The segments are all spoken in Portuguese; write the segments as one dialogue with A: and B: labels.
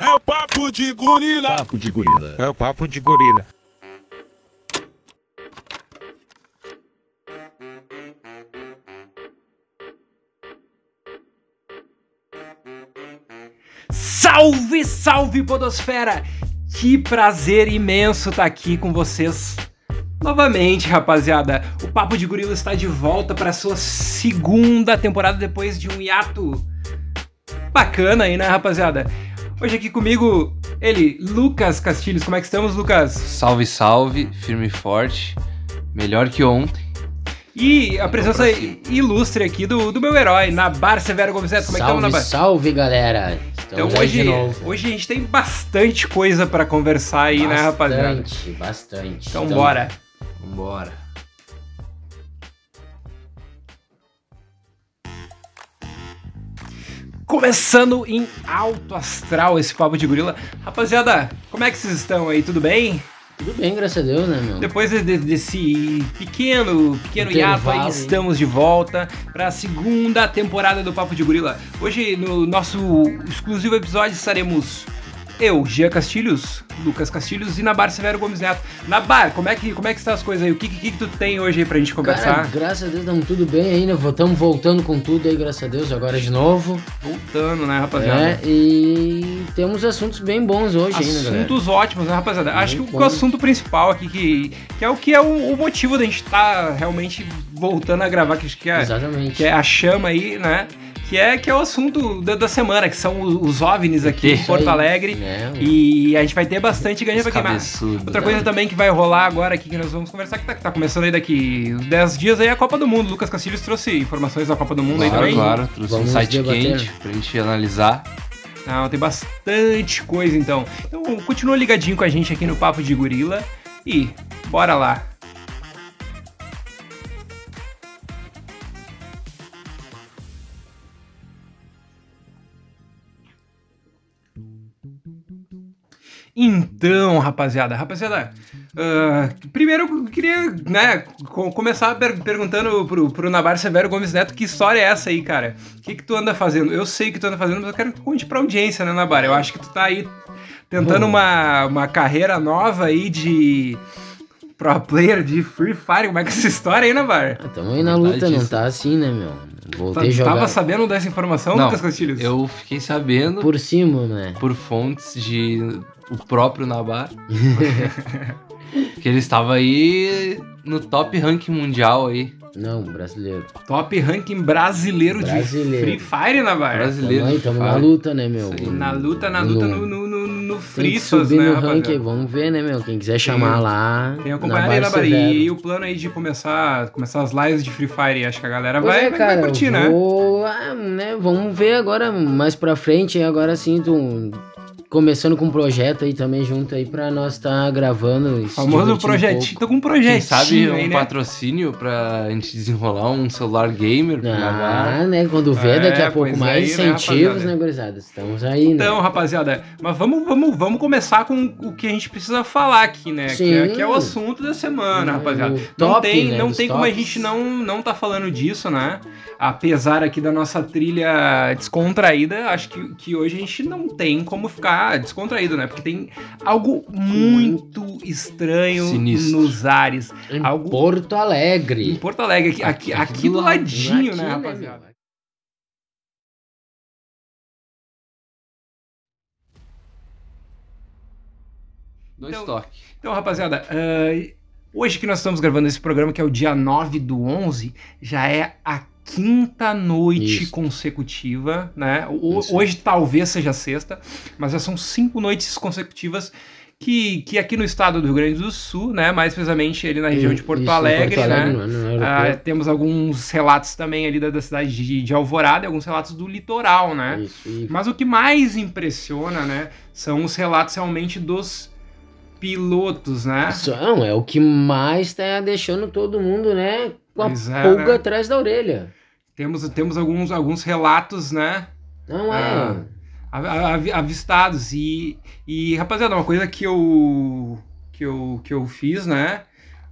A: É Papo de gorila.
B: Papo de gorila.
C: É o papo de gorila.
D: Salve, salve Podosfera! Que prazer imenso estar aqui com vocês. Novamente, rapaziada, o Papo de Gorila está de volta para sua segunda temporada depois de um hiato bacana aí, né, rapaziada? Hoje aqui comigo, ele, Lucas Castilhos. Como é que estamos, Lucas?
E: Salve, salve, firme e forte. Melhor que ontem.
D: E a
E: Vamos
D: presença
E: pra cima.
D: ilustre aqui do, do meu herói, Nabar Severo Gomes Neto. Como é que estamos,
F: salve,
D: Nabar?
F: salve, galera.
D: Então
F: Estamos aí
D: hoje,
F: de novo.
D: hoje a gente tem bastante coisa pra conversar aí, né, rapaziada?
F: Bastante, bastante.
D: Então bora.
E: Vambora.
D: Começando em alto astral esse papo de gorila. Rapaziada, como é que vocês estão aí? Tudo bem?
F: Tudo bem, graças a Deus, né, meu?
D: Depois de- de- desse pequeno, pequeno hiato aí,
F: Intervalo, hein?
D: estamos de volta para a segunda temporada do Papo de Gorila. Hoje, no nosso exclusivo episódio, estaremos eu, Gia Castilhos, Lucas Castilhos e Nabar Severo Gomes Neto. Nabar, como é que, como é que estão as coisas aí? O que, que, que tu tem hoje aí pra gente
F: Cara,
D: conversar?
F: graças a Deus, estamos tudo bem aí, né? Estamos voltando com tudo aí, graças a Deus, agora de novo.
D: Voltando, né, rapaziada?
F: Né? E temos assuntos bem bons hoje ainda, galera.
D: Assuntos ótimos, né, rapaziada? Acho que
F: Muito
D: o
F: bom.
D: assunto principal aqui, que, que é o que é o, o motivo da gente estar realmente voltando a gravar, que, acho que, é,
F: Exatamente.
D: que é a chama aí, né? Que é, que é o assunto da, da semana, que são os, os OVNIs aqui em
E: Isso
D: Porto
F: aí.
D: Alegre.
F: Né?
D: E a gente vai ter bastante ganho pra queimar.
E: cabeçudos.
D: Outra coisa tá também que vai rolar agora aqui que nós vamos conversar, que tá, que tá começando aí daqui uns 10 dias aí é a Copa do Mundo. Lucas Castilhos trouxe informações da Copa do Mundo aí
E: Claro,
D: também.
E: claro. Trouxe
F: Vamos
E: um site
F: debater.
E: quente pra gente analisar.
D: Não, tem bastante coisa então. Então continua ligadinho com a gente aqui no Papo de Gorila e bora lá. Então, rapaziada, rapaziada, ah, primeiro eu queria, né, co- começar per- perguntando pro, pro Nabar Severo Gomes Neto que história é essa aí, cara? O que, que tu anda fazendo? Eu sei que tu anda fazendo, mas eu quero que tu conte pra audiência, né, Nabar? Eu acho que tu tá aí tentando uma, uma carreira nova aí de pro player de Free Fire. Como é que é essa história aí, Nabar?
F: Ah, tamo aí na luta,
E: Verdade,
F: não
E: isso.
F: tá assim, né, meu?
D: Tu
F: Voltei a jogar
D: tava sabendo dessa informação,
E: Não,
D: Lucas Castilhos?
E: Eu fiquei sabendo por,
F: por cima, né?
E: fontes de o próprio Nabar que ele estava aí no top ranking mundial aí.
F: Não, brasileiro.
D: Top ranking brasileiro,
F: Brasileiro.
D: de Free Fire, Nabar.
E: Brasileiro.
F: Tamo aí, tamo na
E: fala.
F: luta, né, meu?
E: Isso aí.
D: Na luta, na
F: No-
D: luta no, no, no, no
F: Tem que
D: Frisos,
F: subir
D: né,
F: no
D: rapaziada?
F: ranking, vamos ver, né, meu? Quem quiser chamar
D: Tem-
F: lá.
D: Tem
F: na
D: acompanhado aí,
F: Bar
D: Nabar,
F: Severo.
D: e, e o plano aí de começar, começar as lives de Free Fire, acho que a galera
F: Pois
D: vai,
F: é,
D: vai-
F: cara,
D: vai curtir,
F: eu
D: né?
F: vou- ah, né? Vamos ver agora, mais pra frente, aí agora sim, tu- começando com um projeto aí também junto aí pra nós tá gravando. e se divertir
D: Famoso
F: um
D: projetinho,
F: pouco.
D: tô com um
E: Quem
D: projetinho
E: sabe um
D: aí, né?
E: patrocínio pra gente desenrolar um celular gamer pro Nabar.
F: Ah, né? Quando vê, daqui
D: É,
F: a pouco
D: pois
F: mais
D: aí, né,
F: incentivos,
D: rapaziada?
F: né, gurizada? Estamos aí, né?
D: Então, rapaziada, mas vamos, vamos, vamos começar com o que a gente precisa falar aqui, né? Que é,
F: Sim.
D: que é o assunto da semana,
F: É,
D: rapaziada.
F: o
D: não
F: top,
D: tem,
F: né,
D: não
F: dos
D: tem como a
F: tops.
D: gente não, não tá falando disso, né? Apesar aqui da nossa trilha descontraída, acho que, que hoje a gente não tem como ficar descontraído, né? Porque tem algo muito estranho
E: Sinistro.
D: nos ares.
F: em
D: algo-
F: Porto
D: Em
F: Alegre.
D: Porto Alegre, aqui, aqui, aqui do ladinho, né,
F: meu?
D: rapaziada?
E: Dois
D: Então-
E: toques.
D: Então, rapaziada, ah, hoje que nós estamos gravando esse programa, que é o dia 9 do 11, já é a quinta noite
F: Isso.
D: consecutiva, né? O-
F: Isso.
D: hoje talvez seja sexta, mas já são cinco noites consecutivas que, que aqui no estado do Rio Grande do Sul, né? Mais precisamente ali na região de
F: Isso,
D: Porto,
F: em
D: Alegre, né?
F: no- no
D: Ah,
F: aeroporto.
D: temos alguns relatos também ali da, da cidade de, de Alvorada e alguns relatos do litoral, né?
F: Isso, e
D: Mas o que mais impressiona, né, são os relatos realmente dos pilotos, né?
F: Isso, não, é o que mais tá deixando todo mundo, né? Com a
D: Pois é,
F: pulga
D: né?
F: atrás da orelha.
D: Temos, temos alguns, alguns relatos, né,
F: Não é.
D: Ah, av- av- avistados. E, e, rapaziada, uma coisa que eu, que eu, que eu fiz, né,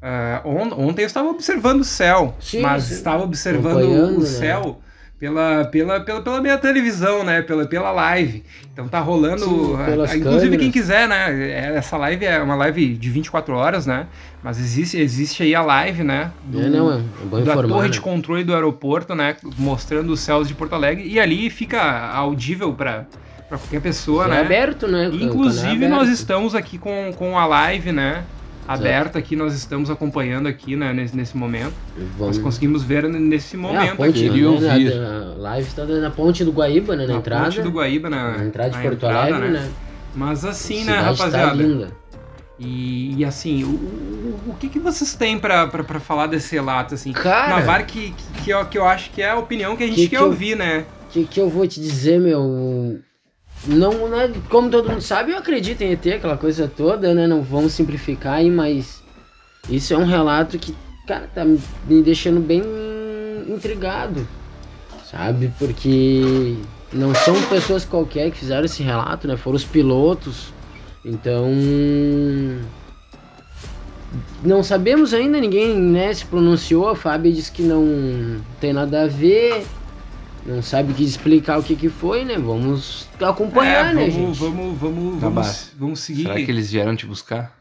D: ah, on- ontem eu estava observando o céu,
F: Sim,
D: mas
F: sim.
D: estava observando
F: Acompanhando,
D: o
F: né?
D: céu pela, pela, pela, pela minha televisão, né? Pela, pela live. Então tá rolando.
F: Sim, pelas
D: ah, inclusive, quem
F: câmeras.
D: quiser, né? é- Essa live é uma live de 24 horas, né? Mas existe, existe aí a live, né? do-
F: É, não, é, é bom
D: da
F: informar.
D: torre
F: né?
D: de controle do aeroporto, né? Mostrando os céus de Porto Alegre. E ali fica audível pra, pra qualquer pessoa,
F: É
D: né?
F: aberto, né? O canal
D: Inclusive,
F: é
D: nós
F: aberto.
D: estamos aqui com, com a live, né? Aberta aqui, nós estamos acompanhando aqui, né? Nesse, nesse momento. Nós
F: Vamos...
D: conseguimos ver n- nesse
F: É, a
D: momento
F: ponte,
D: aqui.
E: queria
F: né,
E: ouvir.
F: da- a live está na ponte do Guaíba, né? Na
D: a
F: entrada.
D: ponte do Guaíba, né?
F: Na entrada de
D: a
F: Porto
D: entrada,
F: Alegre, né?
D: Mas assim, né,
F: Cidade Tá
D: rapaziada?
F: linda.
D: e, e assim, o, o, o que, que vocês têm pra, pra, pra falar desse relato, assim?
F: Cara,
D: Navar que, que, que eu, que eu acho que é a opinião que a gente
F: Que-
D: quer
F: que eu-
D: ouvir, né?
F: O que, que eu vou te dizer, meu? Não, né, como todo mundo sabe, eu acredito em ET, aquela coisa toda, né? Não vamos simplificar aí, mas isso é um relato que, cara, tá me me deixando bem intrigado, sabe? Porque não são pessoas qualquer que fizeram esse relato, né? Foram os pilotos. Então. Não sabemos ainda, ninguém né, se pronunciou. A Fábio disse que não tem nada a ver não sabe que explicar o que que foi, né? Vamos acompanhar,
D: É,
F: né,
D: vamos,
F: gente?
D: vamos, vamos,
E: Nabar.
D: vamos, vamos seguir.
E: Será que eles vieram te buscar?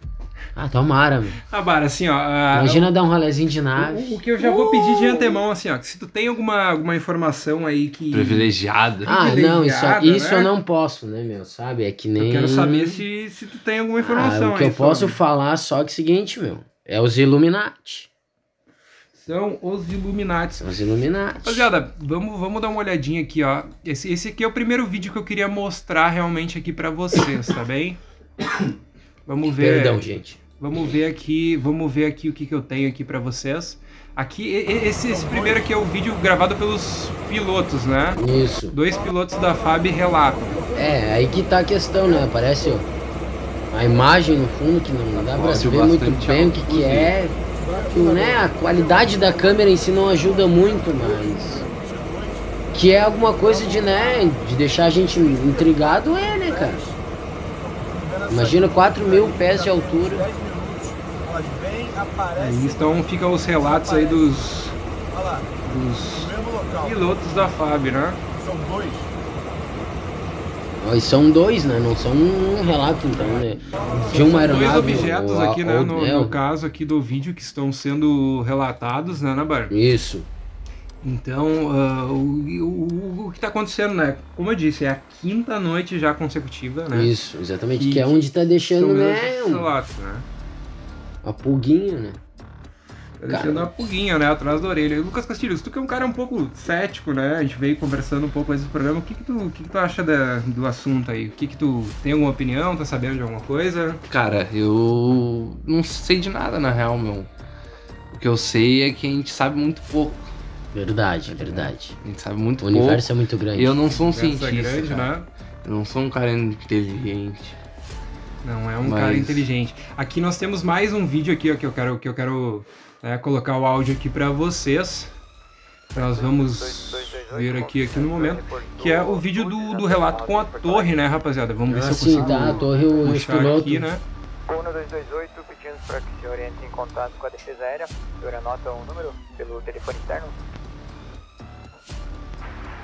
F: Ah, tomara, meu.
D: Nabar, assim, ó. a-
F: Imagina dar um rolezinho de
D: O,
F: nave.
D: o que eu já vou pedir de antemão, assim, ó, que se tu tem alguma, alguma informação aí que.
E: Privilegiado.
F: Ah, não, isso,
D: privilegiada,
F: isso
D: né?
F: eu não posso, né, meu? Sabe? É que nem.
D: Eu quero saber se, se tu tem alguma informação
F: ah, O que
D: aí.
F: eu posso
D: sobre.
F: falar só que é o seguinte, meu. É os Illuminati.
D: São os Illuminati.
F: São os Illuminati.
D: Rapaziada, vamos, vamos dar uma olhadinha aqui, ó. Esse, esse aqui é o primeiro vídeo que eu queria mostrar realmente aqui pra vocês, tá bem? Vamos ver.
F: Perdão, gente.
D: Vamos ver aqui, vamos ver aqui o que, que eu tenho aqui pra vocês. Aqui, e- e- esse, esse primeiro aqui é o vídeo gravado pelos pilotos, né?
F: Isso.
D: Dois pilotos da FAB relatam.
F: É, aí que tá a questão, né? Aparece ó, a imagem no fundo que não dá pra
E: Aparece
F: ver muito
E: bastante
F: bem o
E: alto,
F: que, que é. Que, né, a qualidade da câmera em si não ajuda muito, mas. Que é alguma coisa de, né, de deixar a gente intrigado, é, né, cara? Imagina 4 mil pés de altura.
D: Aí estão, ficam os relatos aí dos, dos pilotos da FAB, né?
F: Ó, E são dois, né? Não são um relato, então, né? De uma
D: Dois
F: aeronave.
D: objetos
F: ou-
D: aqui, né?
F: ou-
D: No,
F: é,
D: no caso aqui do vídeo que estão sendo relatados, né, na barra.
F: Isso.
D: Então, ah, o, o- o que tá acontecendo, né? Como eu disse, é a quinta noite já consecutiva, né?
F: Isso, exatamente.
D: Que-
F: Que, é onde tá deixando,
D: Estão vendo
F: né?
D: esses
F: um-
D: relatos, né?
F: A pulguinha, né?
D: Tá deixando uma pulguinha, né? Atrás da orelha. E, Lucas Castilhos, tu que é um cara um pouco cético, né? A gente veio conversando um pouco antes do programa. O que, que, tu, o que, que tu acha da- do assunto aí? O que, que tu tem alguma opinião? Tá sabendo de alguma coisa?
E: Cara, eu não sei de nada, na real, meu. O que eu sei é que a gente sabe muito pouco.
F: Verdade, É verdade.
E: A gente sabe muito
F: O universo é muito grande.
E: pouco. E eu não sou um
D: Essa
E: cientista.
D: é grande,
E: cara.
D: né?
E: Eu não sou um cara inteligente.
D: Não, é um
E: Mas-
D: cara inteligente. Aqui nós temos mais um vídeo aqui ó, que eu quero, que eu quero né, colocar o áudio aqui pra vocês. Nós vamos ver aqui, aqui no momento. Que é o vídeo do, do relato com a torre, né, rapaziada? Vamos ver
F: Ah,
D: se eu
F: sim,
D: consigo
F: tá, a torre, o os
D: puxar
F: pilotos.
D: aqui, né?
A: Cono 228, pedindo para que se oriente em contato com a defesa aérea. O senhor anota o número pelo telefone externo?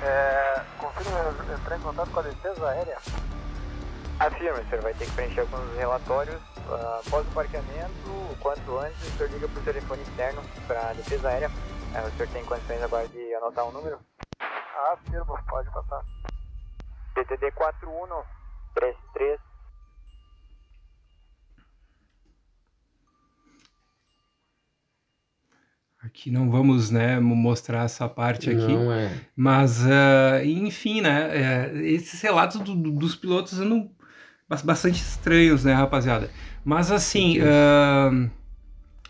A: É, confirma entrar em contato com a defesa aérea. Afirma, o senhor vai ter que preencher alguns relatórios ah, após o parqueamento, o quanto antes, o senhor liga para o telefone externo para a defesa aérea. Ah, o senhor tem condições agora de anotar um número? Ah, Afirmo, pode passar. DDD 41 33
D: Aqui não vamos, né, mo- mostrar essa parte aqui.
F: Não é.
D: Mas, ah, enfim, né, é, esses relatos do- do- dos pilotos andam bas- bastante estranhos, né, rapaziada? Mas, assim, ah,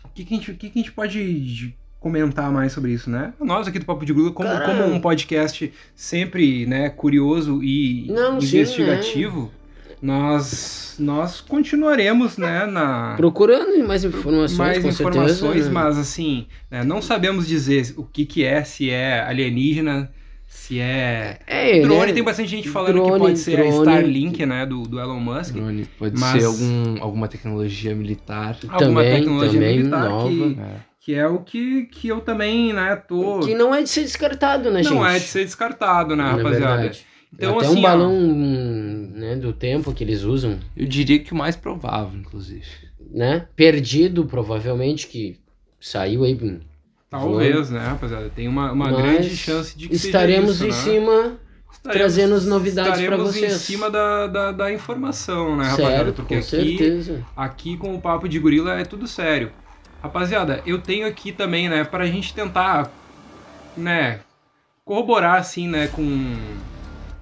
D: o que, que, a gente, o que que a gente pode de- comentar mais sobre isso, né? Nós aqui do Papo de Grula, como,
F: Cara,
D: como um podcast sempre, né, curioso e
F: Não, sim, né?
D: investigativo, nós, nós continuaremos, né, na
F: Procurando mais informações,
D: mais
F: com
D: informações,
F: certeza. né?
D: mas assim, né, não sabemos dizer o que que é, se é alienígena, se é...
F: É, né?
D: drone, tem bastante gente falando que
F: Drone,
D: pode ser a
F: drone. Hum,
D: Starlink, né, do, do Elon Musk.
E: Drone, Pode
D: Mas-
E: ser algum, alguma tecnologia militar.
D: Alguma
F: Também,
D: tecnologia
F: também
D: militar
F: nova.
D: que,
E: É.
D: Que é o que, que eu também, né, tô.
F: Que não é de ser descartado, né, gente?
D: não é de ser descartado, né,
F: Na
D: rapaziada?
F: verdade.
D: Então,
F: Até
D: assim,
F: um
D: ó,
F: balão né, do tempo que eles usam,
E: Eu diria que o mais provável, inclusive.
F: né? Perdido, provavelmente, que saiu aí. bem,
D: talvez, né, rapaziada? Tem uma, uma
F: Mas
D: grande chance de que seja
F: Estaremos
D: isso,
F: em
D: né?
F: cima.
D: Estaremos-
F: trazendo as novidades pra
D: estaremos
F: vocês.
D: em cima da, da, da informação, né, rapaziada?
F: certo,
D: Porque
F: com
D: aqui,
F: certeza.
D: aqui com o papo de gorila é tudo sério. Rapaziada, eu tenho aqui também, né, pra gente tentar, né, corroborar assim, né, com,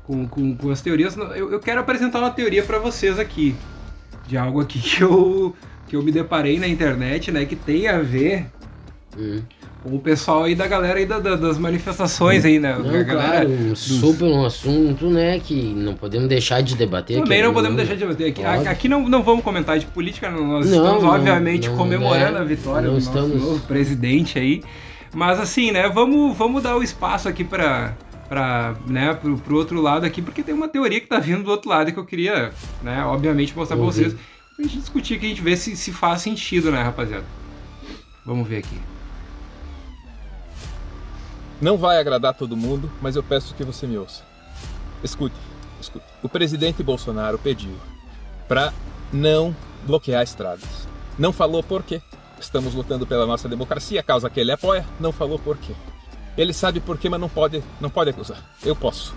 D: com, com, com as teorias. Eu, eu quero apresentar uma teoria pra vocês aqui, de algo aqui que eu, que eu me deparei na internet, né, que tem a ver
F: Hum.
D: com o pessoal aí da galera aí da- da- das manifestações aí, né,
F: Não,
D: a galera...
F: claro, um super um assunto, né? Que não podemos deixar de debater. né?
D: Também não
F: querendo
D: podemos
F: ou
D: deixar de bater aqui.
F: Óbvio.
D: Aqui não, não vamos comentar de política, não. nós
F: Não,
D: estamos
F: não,
D: obviamente
F: não,
D: comemorando
F: né?
D: a vitória
F: Não
D: do nosso
F: estamos.
D: novo presidente aí. Mas assim, né, vamos, vamos dar o espaço aqui para para né, pro, pro outro lado aqui, porque tem uma teoria que tá vindo do outro lado que eu queria, né, obviamente mostrar pra
F: Ouvir.
D: vocês. Pra gente discutir aqui, a gente vê se, se faz sentido, né, rapaziada? Vamos ver aqui.
B: Não vai agradar todo mundo, mas eu peço que você me ouça. Escute, escute. O presidente Bolsonaro pediu para não bloquear estradas. Não falou por quê. Estamos lutando pela nossa democracia, a causa que ele apoia, não falou por quê. Ele sabe por quê, mas não pode, não pode acusar. Eu posso.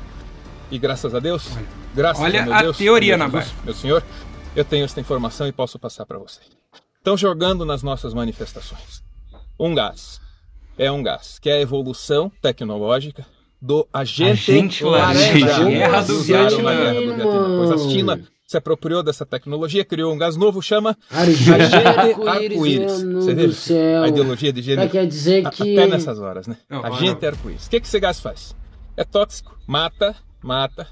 B: E graças a Deus,
D: Olha.
B: graças
D: Olha
B: a meu
D: a
B: Deus,
D: teoria,
B: meu,
D: Nabar.
B: Jesus, meu senhor, eu tenho esta informação e posso passar para você. Estão jogando nas nossas manifestações. Um gás, é um gás, que é a evolução tecnológica do agente,
D: Agente
F: laranja, guerra do
B: Usaram
F: Vietnã.
B: na guerra do Vietnã. Pois a China se apropriou dessa tecnologia, criou um gás novo, chama
F: Arco-íris,
B: Arco-íris.
F: mano
B: Tá Você
F: do
B: viu?
F: céu.
B: a ideologia de
F: Ah,
B: gênero.
F: Quer dizer que.
B: Até nessas horas, né?
D: Não,
B: agente arco-íris. O que que esse gás faz? É tóxico, mata, mata.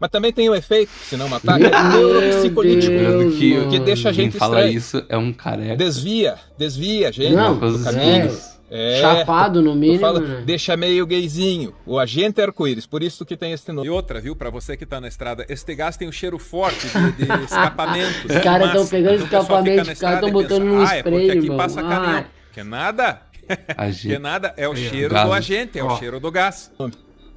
B: Mas também tem o efeito, se não matar, que é neuropsicolítico.
F: Deus.
E: Lembrando que
F: mano.
B: Que deixa a
E: quem
B: gente
E: fala
B: estranho.
E: isso é um careca.
B: Desvia, desvia, a gente.
F: Não,
B: do
E: Marcos
B: caminho.
E: Zero.
B: É,
F: Chapado no
B: Tu
F: mínimo.
B: fala,
F: né?
B: deixa meio gayzinho, o agente é arco-íris, por isso que tem esse nome.
C: E outra, viu, pra você que tá na estrada, este gás tem um cheiro forte de, de escapamento.
F: Os caras tão pegando
C: Então
F: escapamento, os
C: escapamentos,
F: caras tão botando num
C: Ah, é porque
F: spray,
C: aqui
F: irmão.
C: passa
F: Ah.
C: caminhão. Que nada,
E: A
C: que
E: gente
C: nada, é o
D: Aí, ó,
C: cheiro
E: gás.
C: do agente, é
D: Ó.
C: o cheiro do gás.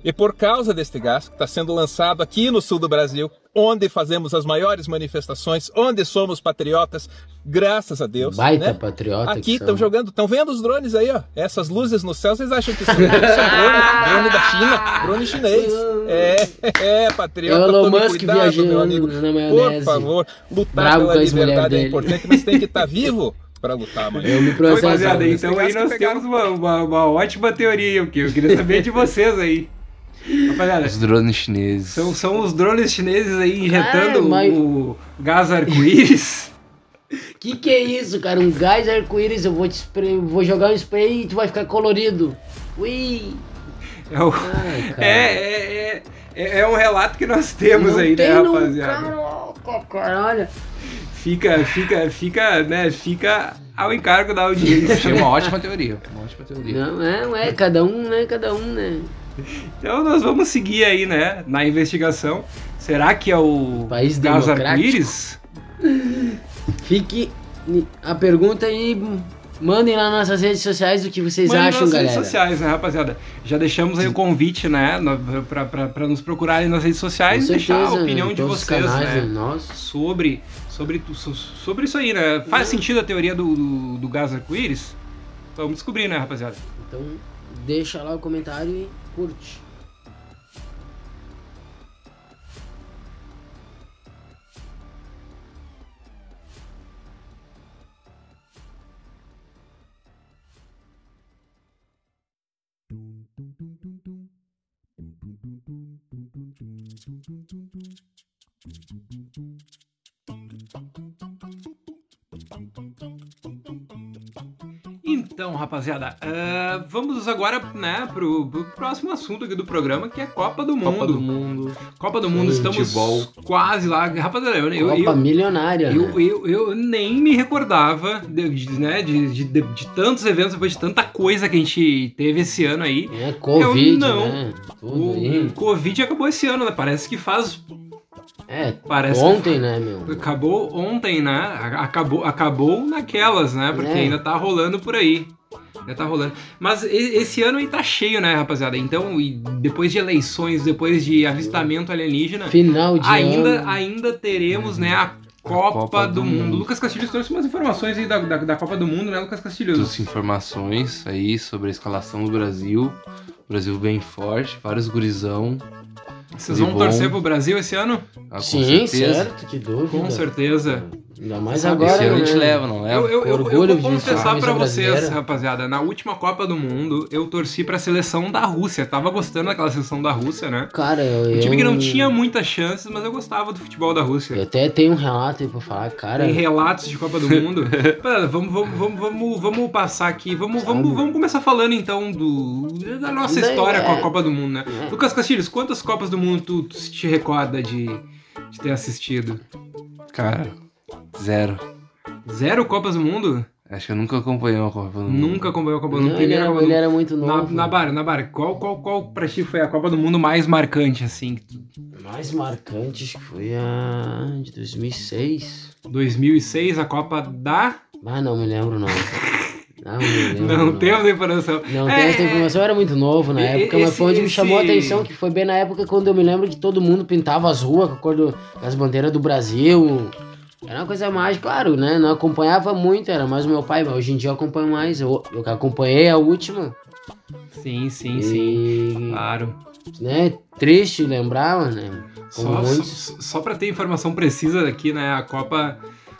B: E por causa deste gás que está sendo lançado aqui no sul do Brasil, onde fazemos as maiores manifestações, onde somos patriotas, graças a Deus.
F: Baita
B: né?
F: patriota. que
B: Aqui
F: são.
B: estão jogando, estão vendo os drones aí, ó. Essas luzes no céu, vocês acham que são, são drone, drone da China, drone chinês. É, é, patriota,
F: Elon
B: tome
F: Musk
B: cuidado, meu amigo.
F: viajando na
B: Por
F: maionese.
B: favor, lutar
F: Bravo com
B: pela
F: as mulher
B: liberdade é
F: dele.
B: importante, mas tem que estar vivo para lutar, mano.
F: Eu me
D: Pois,
F: processo.
D: rapaziada,
C: é,
D: então aí
C: esse
D: nós
C: que pegaram.
D: temos uma, uma, uma ótima teoria, o que eu queria saber de vocês aí. Rapaziada,
E: é os drones chineses.
D: São, Então, são os drones chineses aí injetando
F: Ah, mas-
D: o gás arco-íris.
F: Que que é isso, cara? Um gás arco-íris, eu vou te spray, vou jogar um spray e tu vai ficar colorido. Ui!
D: É, o-
F: Ai, cara.
D: é, é, é, é um relato que nós temos
F: Não
D: aí,
F: tem
D: né,
F: num-
D: rapaziada?
F: Caraca, cara, olha.
D: Fica, fica, fica, né? Fica ao encargo da audiência.
E: Achei uma ótima teoria. Uma ótima teoria.
F: Não, é, não é, cada um, né? Cada um, né?
D: Então nós vamos seguir aí, né? Na investigação. Será que é o
F: País
D: gás
F: democrático.
D: arco-íris?
F: Fique a pergunta e mandem lá nas nossas redes sociais o que vocês
D: Mande
F: acham,
D: nas
F: galera.
D: redes sociais, né, rapaziada? Já deixamos aí o convite, né? no- pra- pra pra nos procurarem nas redes
F: Com
D: sociais e deixar a
F: certeza,
D: opinião
F: em
D: de
F: todos os
D: vocês,
F: canais,
D: né?
F: Nossa.
D: sobre, sobre, tu- so- sobre isso aí, né? Faz sentido a teoria do, do, do gás arco-íris? Vamos descobrir, né, rapaziada?
F: Então, deixa lá o comentário e curte.
D: Então, rapaziada, ah, vamos agora, né, pro, pro próximo assunto aqui do programa, que é Copa do Mundo.
E: Copa do Mundo.
D: Copa do Mundo, estamos
E: Futebol.
D: quase lá. Rapaziada, eu, eu,
F: Copa
D: eu,
F: milionária.
D: eu,
F: né?
D: eu- eu nem me recordava de, de- né, de, de, de- de tantos eventos, depois de tanta coisa que a gente teve esse ano aí.
F: É, Covid,
D: não.
F: né? Tudo
D: O, o
F: aí.
D: Covid acabou esse ano, né? Parece que faz.
F: É,
D: Parece que
F: ontem, né, meu?
D: Acabou ontem, né? A- Acabou, acabou naquelas, né? Porque
F: É.
D: ainda tá rolando por aí. Já tá rolando. Mas e- esse ano aí tá cheio, né, rapaziada? Então, e depois de eleições, depois de avistamento alienígena,
F: Final de
D: ainda,
F: ano.
D: ainda teremos, né, a Copa, do, mundo. Lucas Castilho trouxe umas informações aí da, da, da Copa do Mundo, né, Lucas Castilho?
E: Trouxe informações aí sobre a escalação do Brasil. Brasil bem forte, vários gurizão.
D: Vocês vão
E: de bom.
D: torcer pro Brasil esse ano?
E: ah, com
F: Sim,
E: certeza.
F: certo, que dúvida.
D: Com certeza.
F: Ainda mais
E: Sabe,
F: agora.
E: Esse ano a gente
F: né?
E: leva, não
D: Eu,
E: leva?
D: eu, eu, eu
F: orgulho
D: vou
F: de
D: confessar
F: camisa
D: pra vocês,
F: brasileira.
D: rapaziada, na última Copa do Mundo, eu torci pra seleção da Rússia. Tava gostando daquela seleção da Rússia, né?
F: Cara, eu.
D: Um time que não
F: eu-
D: tinha muitas chances, mas eu gostava do futebol da Rússia.
F: Eu até tenho um relato aí pra falar, cara.
D: Tem relatos de Copa do Mundo. Pera, vamos, vamos, vamos, vamos, vamos passar aqui. Vamos, vamos,
F: Sabe?
D: vamos começar falando então do, da nossa
F: Daí,
D: história com a
F: é.
D: Copa do Mundo, né?
F: É.
D: Lucas Castilhos, quantas Copas do Mundo tu, tu te recorda de, de ter assistido?
E: Cara, zero.
D: Zero Copas do Mundo?
E: Acho que eu nunca acompanhei uma Copa do Mundo.
D: Nunca acompanhou a Copa do Mundo.
F: Não, ele,
D: Primeira
F: era,
D: Copa do
F: ele
D: Mundo.
F: era muito
D: Na,
F: novo.
D: na Bar, na Bar, qual, qual, qual pra ti foi a Copa do Mundo mais marcante, assim?
F: Mais marcante acho que foi a de 2006.
D: 2006, a Copa da...
F: Ah, não me lembro não. Não me lembro.
D: Não, temos informação.
F: Não
D: É,
F: tem essa informação, eu era muito novo na
D: E-
F: época,
D: esse-
F: mas foi onde me chamou a
D: esse-
F: atenção, que foi bem na época quando eu me lembro que todo mundo pintava as ruas com a cor do, com as bandeiras do Brasil. Era uma coisa mágica, claro, né? Não acompanhava muito, era mais o meu pai, mas hoje em dia eu acompanho mais. Eu, eu acompanhei a última.
D: Sim, sim,
F: E,
D: sim. Claro.
F: né, triste lembrar, né?
D: Só,
F: Como
D: só,
F: antes.
D: só para ter informação precisa aqui, né? A Copa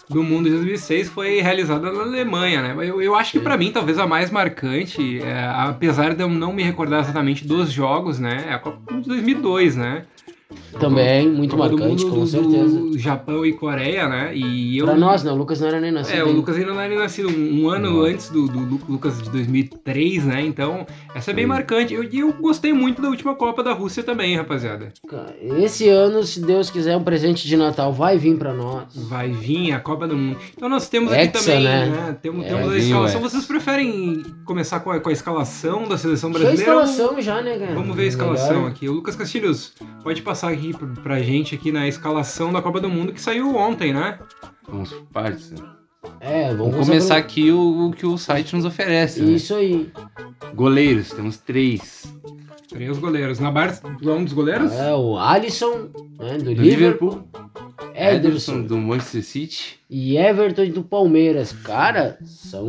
D: do Mundo de 2006 foi realizada na Alemanha, né? Eu, eu acho que para mim talvez a mais marcante, é, apesar de eu não me recordar exatamente dos jogos, né? É a Copa do Mundo de 2002, né?
F: Também, muito
D: Copa do
F: marcante,
D: Mundo
F: com
D: do-
F: certeza.
D: Do Japão e Coreia, né? E eu
F: Pra nós, né? O Lucas não era nem nascido.
D: é, o
F: ainda.
D: Lucas ainda não era nascido um um ano antes do, do Lu- Lucas de 2003, né? Então, essa é bem marcante. Eu- E eu, gostei muito da última Copa da Rússia também, rapaziada.
F: Esse ano, se Deus quiser, um presente de Natal vai vir pra nós.
D: Vai vir a Copa do Mundo. Então nós temos aqui
F: Hexa,
D: também, né?
F: né?
D: Temos,
F: É,
D: temos a
E: vem o
D: escalação.
E: Hexa.
D: Vocês preferem começar com a, com a escalação da seleção
F: Foi a
D: brasileira? ou-
F: escalação já, né, cara?
D: Um Vamos ver a escalação
F: Melhor. é-
D: aqui. O Lucas Castilhos, pode passar aqui pra, pra gente aqui na escalação da Copa do Mundo que saiu ontem, né?
E: Vamos por partes. né?
F: É, vamos,
E: Vamos começar
F: pelo-
E: aqui o, o que o site nos oferece. né?
F: Isso aí.
E: Goleiros, temos três.
D: Três goleiros. Na bar, tu é um dos goleiros?
F: É o Alisson, né, do
E: Do
F: Liverpool,
E: Liverpool, Ederson
F: Ederson
E: do Manchester City.
F: e Everton do Palmeiras. Cara,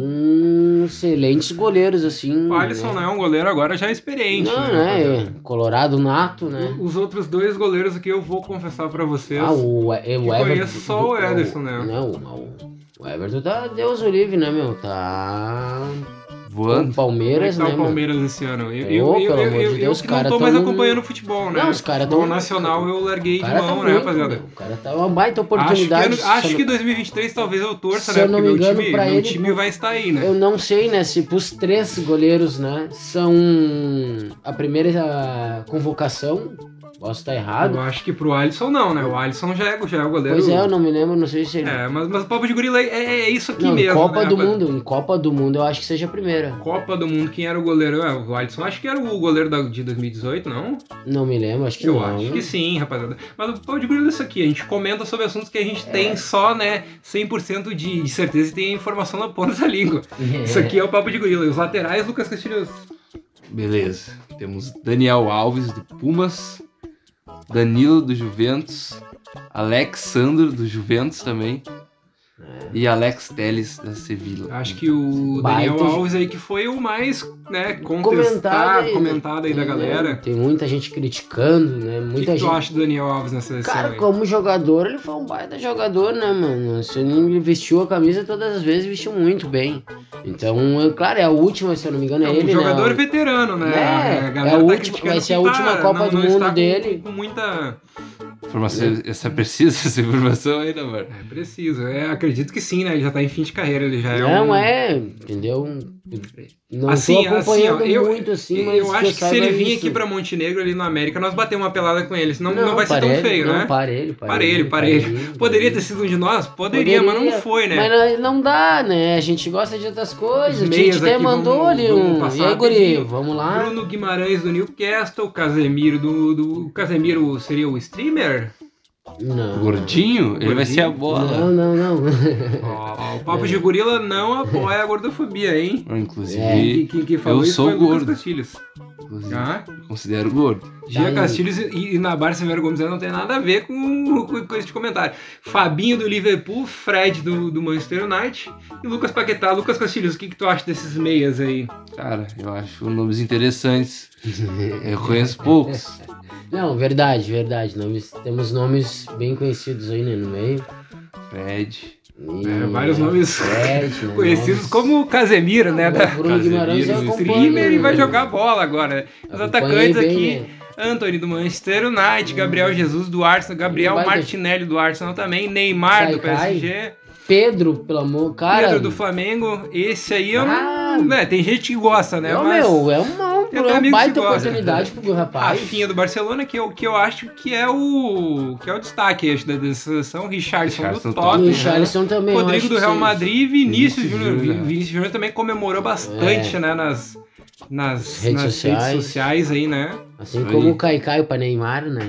F: são excelentes goleiros, assim.
D: O Alisson não é um goleiro agora já experiente.
F: Não,
D: né,
F: né?
D: rapaziada?
F: é Colorado nato, né?
D: Os outros dois goleiros aqui eu vou confessar pra vocês.
F: Ah, o, é,
D: Que
F: o
D: conheço
F: Everton.
D: só o Ederson, né?
F: Não, o, o Everton tá Deus o livre, né, meu? Tá. O
E: Voando.
D: Como é que
F: Palmeiras,
D: tá
F: né?
D: o
F: mano?
D: Palmeiras esse ano? Eu,
F: Ô,
D: eu, eu,
F: pelo
D: eu,
F: amor de
D: eu, eu
F: Deus,
D: que
F: cara,
D: não tô
F: tá
D: mais
F: no-
D: acompanhando futebol, né?
F: Não, os caras
D: Futebol
F: tão-
D: nacional eu larguei
F: O
D: de
F: cara tá
D: mão, né,
F: muito,
D: rapaziada?
F: meu. O cara tá uma baita
D: Acho que,
F: oportunidade.
D: ano- acho
F: só
D: que 2023 talvez eu torça,
F: se
D: né?
F: eu não
D: Porque
F: me
D: meu,
F: engano,
D: time,
F: pra
D: meu
F: ele-
D: time vai estar aí, né?
F: Eu não sei, né, se os três goleiros, né, são a primeira convocação. Posso estar
D: Eu
F: errado.
D: acho que pro Alisson não, né? O Alisson já é, já é o goleiro.
F: Pois é, eu não me lembro, não sei se...
D: É, mas, mas o Papo de Gorila é, é- é isso aqui
F: não, em
D: mesmo.
F: Copa
D: né,
F: do
D: rapaz?
F: Mundo, em Copa do Mundo eu acho que seja a primeira.
D: Copa do Mundo, quem era o goleiro? É, o Alisson acho que era o goleiro da- de 2018, não?
F: Não me lembro, acho que
D: Eu
F: não.
D: acho que sim, rapaziada. Mas o pau de grilo é isso aqui. A gente comenta sobre assuntos que a
F: É.
D: gente tem só, né, 100% de, de certeza e tem a informação na ponta da língua. Isso aqui é o papo de gorila. E os laterais, Lucas Castilhos.
E: Beleza. Temos Daniel Alves do Pumas. Danilo do Juventus. Alexandro do Juventus também. E Alex Teles da Sevilha.
D: Acho que o
F: Baita.
D: Daniel Alves aí que foi o mais, né,
F: Comentado
D: contestado,
F: aí,
D: comentado aí da galera.
F: Né? Tem muita gente criticando, né,
D: O que,
F: muita
D: que tu
F: gente...
D: acha do Daniel Alves na seleção
F: Cara,
D: aí?
F: como jogador, ele foi um baita jogador, né, mano? Se ele vestiu a camisa todas as vezes, vestiu muito bem. Então, é- claro, é a última, se eu não me engano, é,
D: É um
F: ele,
D: jogador
F: né?
D: veterano, né?
F: É,
D: a galera
F: é a
D: tá
F: última-
D: criticando
F: vai ser
D: que
F: a última
D: tá-
F: Copa
D: não-
F: do
D: não
F: Mundo
D: está com-
F: dele.
D: Com muita.
E: Informação, essa precisa essa informação ainda, mano.
D: É preciso. É, acredito que sim, né? Ele já tá em fim de carreira, ele já é um.
F: Não é, entendeu? Não
D: Assim,
F: tô acompanhando
D: assim, ó, eu-
F: muito assim, mas
D: eu acho que, se
F: saiba
D: ele vir
F: isso.
D: aqui pra Montenegro ali na América, nós batemos uma pelada com ele, senão não, vai ser tão
F: parelho,
D: feio,
F: não,
D: né?
F: Parelho,
D: Parelho,
F: parelho,
D: parelho. Poderia ter sido um de nós? Poderia,
F: Poderia,
D: mas não foi, né?
F: Mas não- não dá, né? A gente gosta de outras coisas.
D: Os
F: A
D: meias
F: gente até
D: aqui
F: mandou
D: vão-
F: ali
D: vão
F: um.
D: passar
F: E aí, guri,
D: rapidinho.
F: vamos lá.
D: Bruno Guimarães do Newcastle, Casemiro do. do o Casemiro seria o streamer?
F: Não.
E: O gordinho, ele vai
D: Gordinho?
E: ser a bola.
F: Não, não, não.
D: Ó, o Papo de Gorila não apoia a gordofobia, hein?
E: Inclusive,
D: Quem, quem, quem falou
E: eu
D: isso
E: sou
D: foi o Lucas
E: gordo.
D: Castilhos.
F: Hum.
E: inclusive
D: Ah,
E: me considero gordo.
D: Gia
F: Tá aí.
D: Castilhos e, e Nabar Severo Gomes né, não tem nada a ver com, com, com este comentário. Fabinho do Liverpool, Fred do, do Manchester United e Lucas Paquetá. Lucas Castilhos, o que, que tu acha desses meias aí?
E: Cara, eu acho nomes interessantes. Eu conheço poucos.
F: Não, verdade, verdade. Nomes- temos nomes bem conhecidos aí né, no meio.
E: Fred.
F: E-
D: É, vários nomes
F: Fred, né,
D: Conhecidos
F: nomes-
D: como Casemiro, né?
F: Bruno
D: Da...
F: Bruno Guimarães eu
E: Casemiro,
F: acompanho,
D: Streamer e vai
F: né?
D: jogar bola agora. Os
F: Acompanhei
D: atacantes
F: bem,
D: aqui.
F: né?
D: Anthony do Manchester United, Gabriel Jesus do Arsenal, Gabriel
F: Vai, vai.
D: Martinelli do Arsenal também, Neymar do
F: Vai, vai.
D: PSG,
F: Pedro, pelo amor, cara.
D: Pedro do Flamengo. Esse aí eu
F: Ah.
D: não. É, tem gente que gosta, né?
F: Não,
D: Mas
F: meu, é uma,
D: Tem
F: uma,
D: amigos que
F: baita
D: gostam.
F: oportunidade pro
D: a
F: rapaz.
D: finha do Barcelona, que eu, que eu acho que é o. que é o destaque acho, da da seleção, Richardson,
E: Richarlison
D: do
F: E
E: top,
D: Tottenham.
F: o Charleston também. eu acho
D: né? Rodrigo do
F: que
D: Real
F: sim. É.
D: Madrid e Vinícius,
E: Vinícius
D: Júnior.
E: Júnior.
D: Vi- Vinícius Júnior também comemorou bastante, né? Nas, nas,
F: Nas redes
D: nas redes
F: sociais.
D: sociais aí, né?
F: Assim
E: Isso
F: como
E: aí.
F: o Caicai para Neymar, né?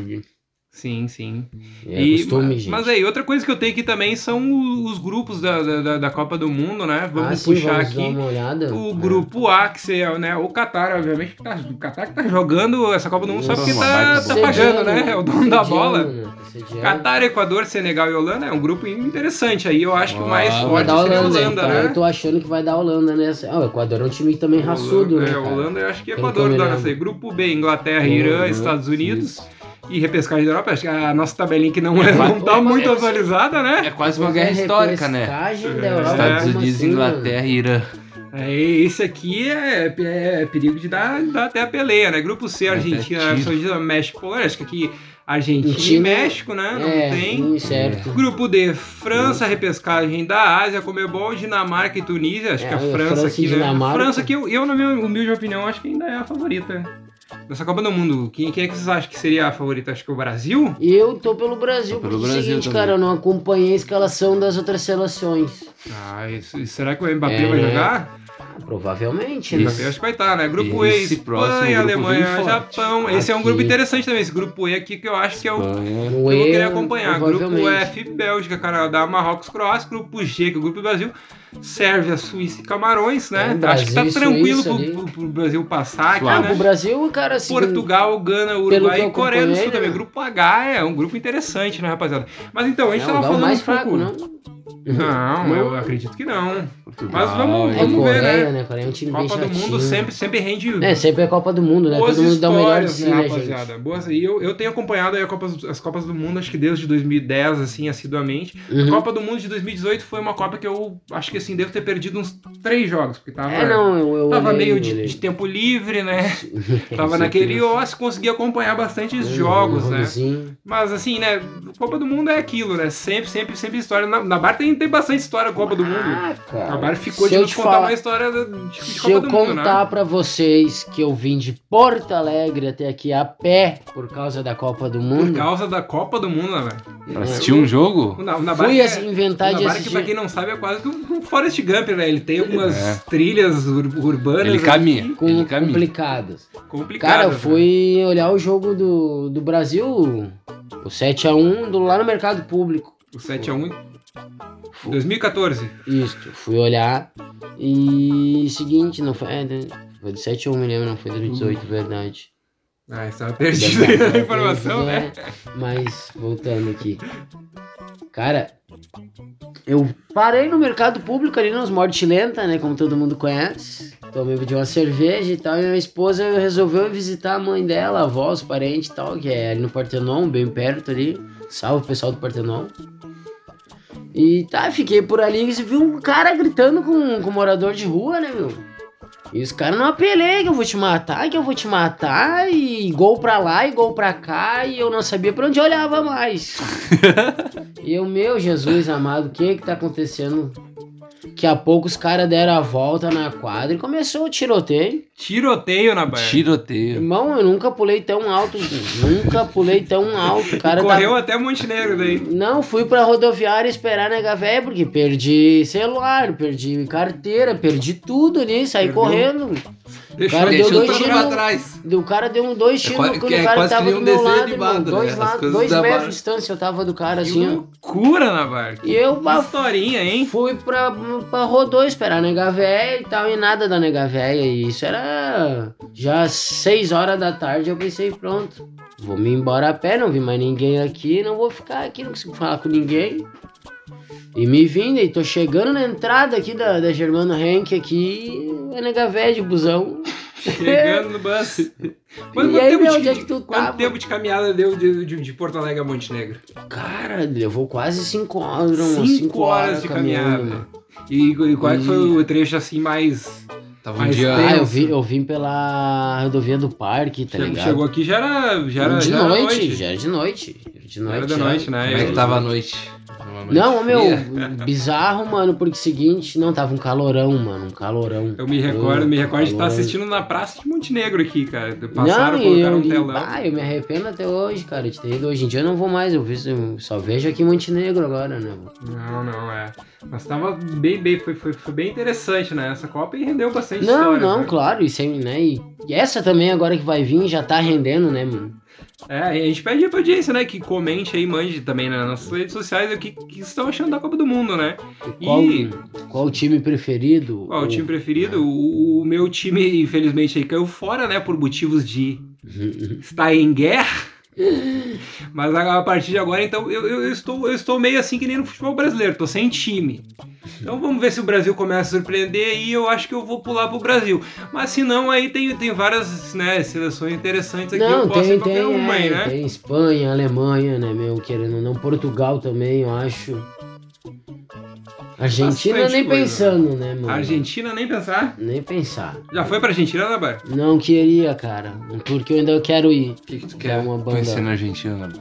D: Sim, sim.
F: É
D: E-
F: costume,
D: mas,
F: gente.
D: mas aí, outra coisa que eu tenho aqui também são o- os grupos da, da- da, da Copa do Mundo, né? Vamos
F: Ah, sim,
D: puxar
F: vamos dar
D: aqui.
F: uma olhada.
D: O
F: É.
D: grupo A, que se- né? O Qatar, obviamente, que tá, o Qatar que tá jogando essa Copa do Mundo só
E: Nossa,
D: porque
E: uma
D: tá,
E: baita
D: tá
E: bola.
D: pagando,
F: Sediano,
D: né? É o dono da
F: Sediano,
D: bola.
F: né? Sediano.
D: Qatar, É. Equador, Senegal e Holanda é um grupo interessante aí. Eu acho que o mais
E: Ah,
F: Vai
D: forte
F: dar
D: seria a
F: Holanda,
D: Holanda,
F: cara. Eu
D: né?
F: tô achando que vai dar Holanda nessa. Ah, o Equador é um time também raçudo, né?
D: é,
F: cara? Uhum,
D: Holanda, eu acho que
F: Pelo
D: Equador
F: que eu me
D: dá nessa aí.
F: lembro.
D: Grupo B, Inglaterra, Irã,
E: Holanda,
D: Estados Unidos
E: isso.
D: e repescagem da Europa. Acho que a nossa tabelinha que não, é, não tá
E: vai-
D: muito
E: é-
D: atualizada, né?
E: É quase uma guerra histórica, né?
F: Repescagem da Europa,
E: Estados
F: como
E: Unidos,
F: assim,
E: Inglaterra e Irã.
D: É, esse aqui é, é perigo de dar, dar até a peleia, né? Grupo C,
F: É
E: Até
D: Argentina,
E: tiro.
D: Argentina, México, Polônia. Acho que aqui Argentina e
F: Argentina,
D: México, né?
F: mano?
D: Não
F: Um É,
D: tem.
F: hum, certo.
D: Grupo D, França, repescagem da Ásia, Comebol, Dinamarca e Tunísia. Acho
F: É,
D: que a
F: olha,
D: França,
F: França e
D: aqui, né?
F: Dinamarca.
D: França que eu, eu, na minha humilde opinião, acho que ainda é a favorita dessa Copa do Mundo. Quem, quem é que vocês acham que seria a favorita? Acho que o Brasil?
F: E eu tô pelo Brasil,
E: Pelo
F: porque é o
E: Brasil
F: seguinte,
E: também.
F: cara, eu não acompanhei a escalação das outras seleções.
D: Ah, isso- será que o Mbappé
F: É,
D: vai
F: né?
D: jogar?
F: Ah, provavelmente,
D: O
F: né?
D: Mbappé acho que vai estar, né? Grupo E,
E: Esse próximo
D: Espanha,
E: grupo vem
D: Alemanha,
E: forte.
D: Japão. Esse é um
F: Aqui.
D: grupo interessante também, esse grupo E aqui que eu acho que é o
E: Espanha.
F: No
D: Eu vou
F: E,
D: querer acompanhar. Grupo
F: provavelmente.
D: F, Bélgica, Canadá, Marrocos, Croácia. Grupo G, que é o Grupo do Brasil. Sérvia, Suíça e Camarões, né?
F: É,
D: Acho que tá
F: Brasil e
D: tranquilo
F: Suíça
D: pro,
F: ali.
D: pro- pro Brasil passar,
E: Suave.
F: Ah,
D: cara.
F: pro Brasil, cara, assim, se
D: né? Portugal, Gana,
F: que
D: Uruguai
F: eu
D: e Coreia do Sul
F: acompanhei,
D: também.
F: né?
D: Grupo H é um grupo interessante, né, rapaziada? Mas então, a gente
F: não,
D: tava
F: dá o
D: falando
F: mais
D: um
F: fraco,
D: pouco...
F: não.
D: Não, eu acredito que não.
E: Portugal,
D: Mas vamos,
E: hein?
F: É
D: vamos ver,
F: Coreia,
D: né?
F: né? Coreia é um time bem
D: Copa do Mundo
F: chatinho.
D: sempre, sempre rende
F: É, sempre é Copa do Mundo, né?
D: Boas
F: Todo mundo dá o melhor de
D: histórias,
F: si, né, gente?
D: rapaziada. Boas, e eu, eu tenho acompanhado aí a Copas- as Copas do Mundo, acho que desde 2010, assim, assiduamente.
F: Uhum.
D: Copa do Mundo de 2018 foi uma Copa que eu acho que assim, devo ter perdido uns três jogos, porque tava,
F: É, não, eu... eu
D: tava
F: olhei,
D: meio
F: eu
D: de,
F: olhei.
D: de tempo livre, né? tava
E: certeza.
D: naquele ócio, consegui acompanhar bastante os
F: Uhum,
D: jogos, né?
F: rolezinho.
D: Mas assim, né, Copa do Mundo é aquilo, né? Sempre, sempre, sempre história. Na, na Bar tem, tem bastante história da Copa do Mundo.
F: Ah, cara.
D: A Bar ficou
F: se
D: de
F: eu
D: nos
F: te
D: contar
F: falar-
D: uma história de, de
F: Se
D: Copa
F: eu
D: do
F: contar
D: Mundo, né?
F: pra vocês que eu vim de Porto Alegre até aqui a pé por causa da Copa do
D: Por
F: Mundo,
D: causa da Copa do Mundo, né, velho?
E: Pra assistir um jogo?
D: Na, na Bar
F: fui
D: que é-
F: assim, inventar
D: O
F: de
D: Nabarque, pra
F: assistir.
D: quem não sabe, é quase que um um Forrest Gump, né? Ele tem algumas
E: É.
D: trilhas ur- urbanas.
E: Ele caminha.
D: aqui,
F: Com
E: Ele caminha.
F: complicadas.
D: Complicadas.
F: Cara, eu
D: né?
F: fui olhar o jogo do, do Brasil, o 7x1, do, lá no mercado público.
D: O é 7x1. 2014.
F: Isso, fui olhar e seguinte, não foi. É, né, foi de 7 a 1, me lembro, não foi 2018, verdade.
D: Ah, estava perdido aí na informação, né?
F: É, Mas, voltando aqui. Cara, eu parei no mercado público ali nos Morte Lenta, né? Como todo mundo conhece. Tomei um de uma cerveja e tal. E minha esposa resolveu visitar a mãe dela, a avó, os parentes e tal, que é ali no Partenon, bem perto ali. Salve o pessoal do Partenon. E tá, fiquei por ali e vi um cara gritando com, com um morador de rua, né, meu? E os caras não apelei que eu vou te matar, que eu vou te matar, e gol pra lá e gol pra cá, e eu não sabia pra onde eu olhava mais. e eu, meu Jesus amado, o que que tá acontecendo? Daqui a pouco os caras deram a volta na quadra e começou o tiroteio.
D: Tiroteio na Bahia.
E: Tiroteio.
F: Irmão, eu nunca pulei tão alto, nunca pulei tão alto. O cara
D: Correu
F: tá...
D: até Montenegro daí.
F: Não, fui pra rodoviária esperar nega véia, porque perdi celular, perdi carteira, perdi tudo ali, saí
D: Perdeu.
F: correndo. O cara deu
E: Deixou
F: dois
E: tudo
F: tiros.
E: pra
F: no-
E: trás.
F: O cara deu um dois tiros
E: quase-
F: no- quando
E: é
F: o cara
E: quase que
F: tava
E: nem
F: do
E: um
F: meu
E: desenho
F: lado,
E: de
F: irmão.
E: banda,
F: Dois,
E: né?
F: la-
E: As coisas
F: dois
E: da um
F: metros
E: barra.
F: de distância eu tava do cara,
D: Que
F: assim, ó.
D: loucura na barca.
F: E eu,
D: Uma
F: pá,
D: historinha, hein?
F: Fui pra, pra Rodô esperar a nega véia e tal, e nada da nega véia. E isso era já 6 horas da tarde. Eu pensei, pronto, vou me embora a pé, não vi mais ninguém aqui, não vou ficar aqui, não consigo falar com ninguém. E me vindo, e tô chegando na entrada aqui da, da Germano Henk aqui, a nega véia de busão.
D: Chegando no bus. Quanto,
F: E aí,
D: tempo,
F: meu,
D: de,
F: onde é que tu
D: quanto
F: tava?
D: tempo de caminhada deu de, de- de Porto Alegre a Montenegro?
F: Cara, levou quase 5 horas, umas
D: 5 horas de
F: caminhando, Tá mano.
D: caminhada. E, e qual é que foi o trecho assim mais.
E: Tava um
D: Mas
E: dia.
D: tem-
F: Ah, eu,
D: Tenso.
F: vi, eu vim pela rodovia do parque, tá
D: Che-
F: ligado?
D: Chegou aqui já era. Já era
F: de
D: já era
F: noite, já era de noite. Era De noite.
D: era de noite, né?
E: Como é que tava a noite? Uma noite
F: tá? Não, ô, meu,
E: fria?
F: bizarro, mano, porque seguinte, não, tava um calorão, mano, um calorão.
D: Eu me recordo, me recordo de estar
F: calorão.
D: assistindo na Praça de Montenegro aqui, cara. Passaram,
F: Não, e
D: colocaram
F: eu,
D: um telão.
F: ah, eu me arrependo até hoje, cara, de ter ido. Hoje em dia eu não vou mais, eu, vi- eu só vejo aqui em Montenegro agora, né? mano?
D: Não, não, é. Mas tava bem, bem, foi, foi, foi bem interessante, né? Essa Copa e rendeu bastante
F: Não,
D: história.
F: não,
D: né?
F: claro, e sem, né? E e essa também agora que vai vir já tá rendendo, né, mano?
D: É, a gente pede aí pra audiência, né, que comente aí, mande também nas nossas redes sociais o que, que estão achando da Copa do Mundo, né?
F: E Qual,
D: E-
F: qual o time preferido?
D: Qual o
F: Ou-
D: time
F: É.
D: preferido? O, o meu time, infelizmente, aí caiu fora, né, por motivos de estar em guerra. Mas a, a partir de agora, então, eu, eu- eu estou, eu estou meio assim que nem no futebol brasileiro, tô sem time. Então vamos ver se o Brasil começa a surpreender e eu acho que eu vou pular pro Brasil. Mas se não, aí tem, tem várias né, seleções interessantes aqui, eu
F: Não,
D: posso
F: tem,
D: ir qualquer
F: tem,
D: uma
F: é,
D: aí, né?
F: tem Espanha, Alemanha, né, meu, querendo ou não, Portugal também, eu acho. Argentina
D: Bastante
F: nem
D: coisa.
F: pensando, né, mano?
D: Argentina, nem pensar.
F: Nem pensar.
D: Já foi pra Argentina, né, Bar?
F: Não queria, cara, porque eu ainda quero ir
E: O que, que tu
F: Dá
E: quer
F: uma banda.
E: conhecer
D: né?
E: na Argentina? mano?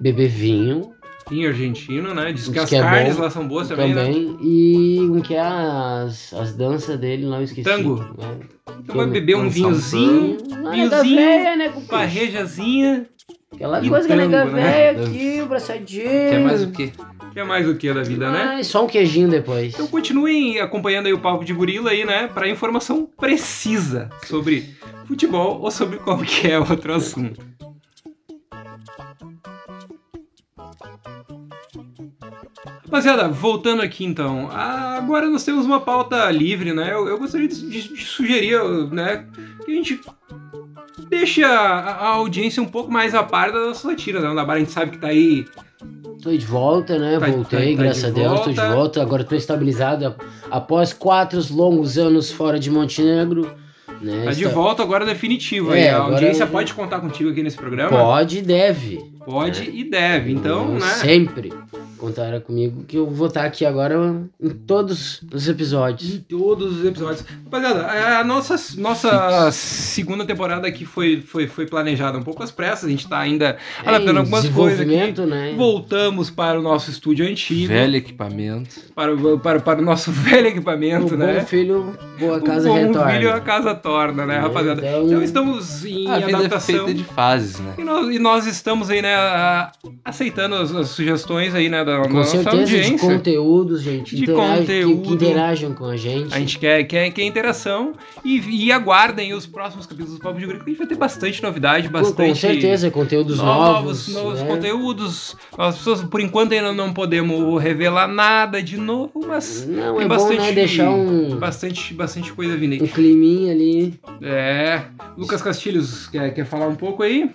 F: beber vinho
D: Em argentino, né? Diz
F: Diz
D: que as
F: que é
D: carnes
F: bom.
D: lá são boas também,
F: também,
D: né?
F: e um que é as, as danças dele, não eu esqueci.
D: Tango.
F: Né?
D: Então vai beber um
E: Dançar um
D: vinhozinho,
F: Ah, da
D: vinhozinho,
F: véia, né, com
D: barrejazinha.
F: Aquela
D: e
F: coisa que é
D: tango, né?
F: velha
E: Dança.
F: aqui, braçadinho.
E: Quer mais o quê?
D: Que é mais o que da vida, né?
F: Ah, só um queijinho depois.
D: Então continuem acompanhando aí o Papo de Gorila aí, né? Pra informação precisa sobre futebol ou sobre qualquer outro assunto. Rapaziada, voltando aqui então, Ah, agora nós temos uma pauta livre, né? Eu, eu gostaria de, de- de sugerir, né, que a gente deixe a, a audiência um pouco mais a par da nossa tira, né? O Nabar a gente sabe que tá aí
F: Tô de volta, né?
D: Tá-
F: Voltei,
D: tá- tá
F: graças
D: de
F: a Deus, tô de
D: volta.
F: volta. Agora tô estabilizado ap- após quatro longos anos fora de Montenegro. Né?
D: Tá de
F: Esta-
D: volta agora definitivo.
F: É,
D: aí. a
F: agora
D: audiência
F: eu-
D: pode contar contigo aqui nesse programa?
F: Pode e deve.
D: Pode
F: É.
D: e deve. Então,
F: Eu
D: né?
F: Sempre contará comigo que eu vou estar aqui agora em todos os episódios.
D: Em todos os episódios. Rapaziada, é, a- a nossa, nossa segunda temporada aqui foi, foi, foi planejada um pouco às pressas. A gente tá ainda adaptando
F: em
D: algumas coisas aqui.
F: É desenvolvimento, né?
D: Voltamos para o nosso estúdio antigo,
E: Velho equipamento.
D: para, o- para, para o nosso velho
F: O bom
D: equipamento, né?
F: filho, boa casa
D: o bom
F: retorna.
D: filho a casa torna, né,
F: É,
D: rapaziada?
F: então-
D: Então estamos em
E: a vida é
D: adaptação.
E: feita de fases, né?
D: E nós, e nós estamos aí, né, a- aceitando as, as sugestões aí, né, da, da
F: Com
D: nossa
F: certeza, de
D: audiência.
F: conteúdos, gente.
D: De
F: interage- que- Que,
D: conteúdo.
F: interajam com a gente.
D: A gente quer, quer, quer interação e, e aguardem os próximos capítulos do Papo de Grego, que a gente vai ter bastante novidade, é bastante...
F: Com certeza, conteúdos
D: no-
F: novos.
D: novos, novos
F: né?
D: conteúdos. As pessoas, por enquanto, ainda não podemos revelar nada de novo, mas
F: Não,
D: Tem
F: é bom,
D: bastante-
F: né, deixar
E: Hum.
F: um,
D: bastante, bastante coisa vindo
F: um
D: aí.
F: climinha ali.
D: É. Lucas Castilhos, quer, quer falar um pouco aí?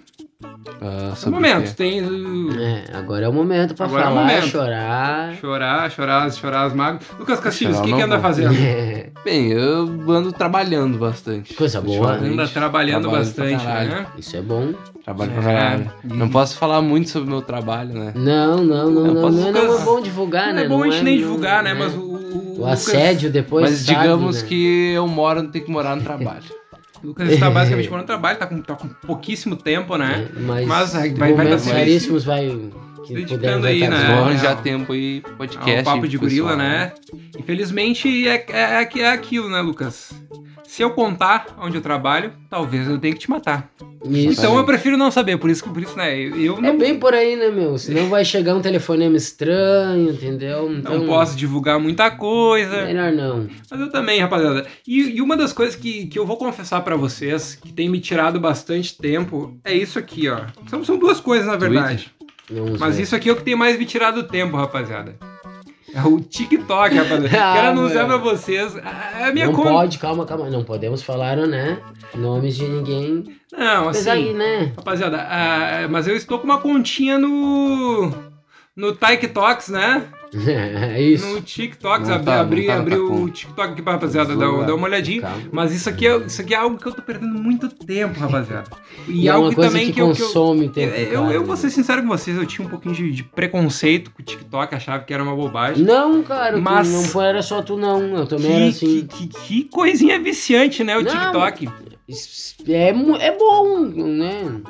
E: Ah,
D: No
E: sobre o
D: momento,
E: quê?
D: tem. uh,
F: É, agora é o momento pra
D: Agora é o
F: falar,
D: momento.
F: chorar.
D: Chorar, chorar, chorar as mágoas. Lucas Castilhos, o
E: Chorar
D: que,
E: não
D: que anda
E: vou.
D: fazendo?
F: É,
E: Bem, eu ando trabalhando bastante.
F: Coisa boa.
E: ultimamente.
D: Anda trabalhando
E: Trabalho pra
D: bastante,
E: caralho.
D: né?
F: Isso é bom.
E: Trabalho pra caralho.
D: É.
E: Não posso falar muito sobre o meu trabalho, né?
F: Não, não, não,
E: Eu
F: não.
E: posso
F: Não, não
D: ficar-
F: é bom divulgar,
D: Não
F: né?
D: é bom a gente nem divulgar, né?
F: não é.
D: Mas o. o-
F: O
D: Lucas-
F: assédio depois.
E: Mas
F: sabe,
E: digamos
F: né?
E: que eu moro, tenho que morar no trabalho.
D: Lucas está basicamente morando no trabalho, tá com, tá com pouquíssimo tempo, né?
F: É, Mas,
D: Mas vai-
F: vai,
D: vai- vai
E: dar
F: momentos
E: certo.
F: raríssimos vai. Que
D: Dedicando
F: puder, vai
D: aí,
F: tá
D: né?
E: Vou
F: bom.
E: arranjar
D: não.
E: tempo e
D: É
E: podcast.
D: um papo de
E: pro pessoal,
D: gorila, né? Infelizmente é, é, é, é aquilo, né, Lucas? Se eu contar onde eu trabalho, talvez eu tenha que te matar.
F: Isso.
D: Então eu prefiro não saber, por isso, que- por isso né, eu eu
F: É
D: não,
F: bem por aí, né, meu? Senão vai chegar um telefonema estranho, entendeu? Então, É.
D: não posso divulgar muita coisa.
F: Melhor não.
D: Mas eu também, rapaziada. E, e uma das coisas que, que eu vou confessar pra vocês, que tem me tirado bastante tempo, é isso aqui, ó. São, são duas coisas, na
E: Twitter?
D: verdade.
F: Não
D: Mas
F: usa.
D: isso aqui é o que tem mais me tirado tempo, rapaziada. É o TikTok, rapaziada.
F: Ah,
D: Quero anunciar pra
F: mano.
D: vocês. A, a é minha
F: Não
D: conta.
F: pode, calma, calma. Não podemos falar, né? Nomes de ninguém.
D: Não, assim.
F: Apesar que, né?
D: Rapaziada, ah, mas eu estou com uma continha no. No TikToks, né?
F: É isso.
D: No TikToks.
E: Não
D: abri
E: tá- não
D: abri,
E: tá na
D: abri
E: tua
D: o
E: conta.
D: TikTok aqui pra rapaziada. Dá, um-
E: Vamos lá.
D: dá uma olhadinha.
E: Tá.
F: Calma.
D: Mas isso aqui, é, isso aqui é algo que eu tô perdendo muito tempo, rapaziada. E,
F: E é
D: algo
F: uma
D: que
F: coisa
D: também
F: que,
D: que, eu- que eu.
F: consome o
D: Eu,
F: tempo. do
D: eu,
F: cara,
D: eu
F: né?
D: vou ser sincero com vocês, eu tinha um pouquinho de, de preconceito com o TikTok, achava que era uma bobagem.
F: Não, cara, tu
D: Mas-
F: não foi- era só tu, não. Eu também
D: que,
F: era assim.
D: que, que- que coisinha viciante, né? O
F: Não.
D: TikTok.
F: Isso É, mu- é bom, né?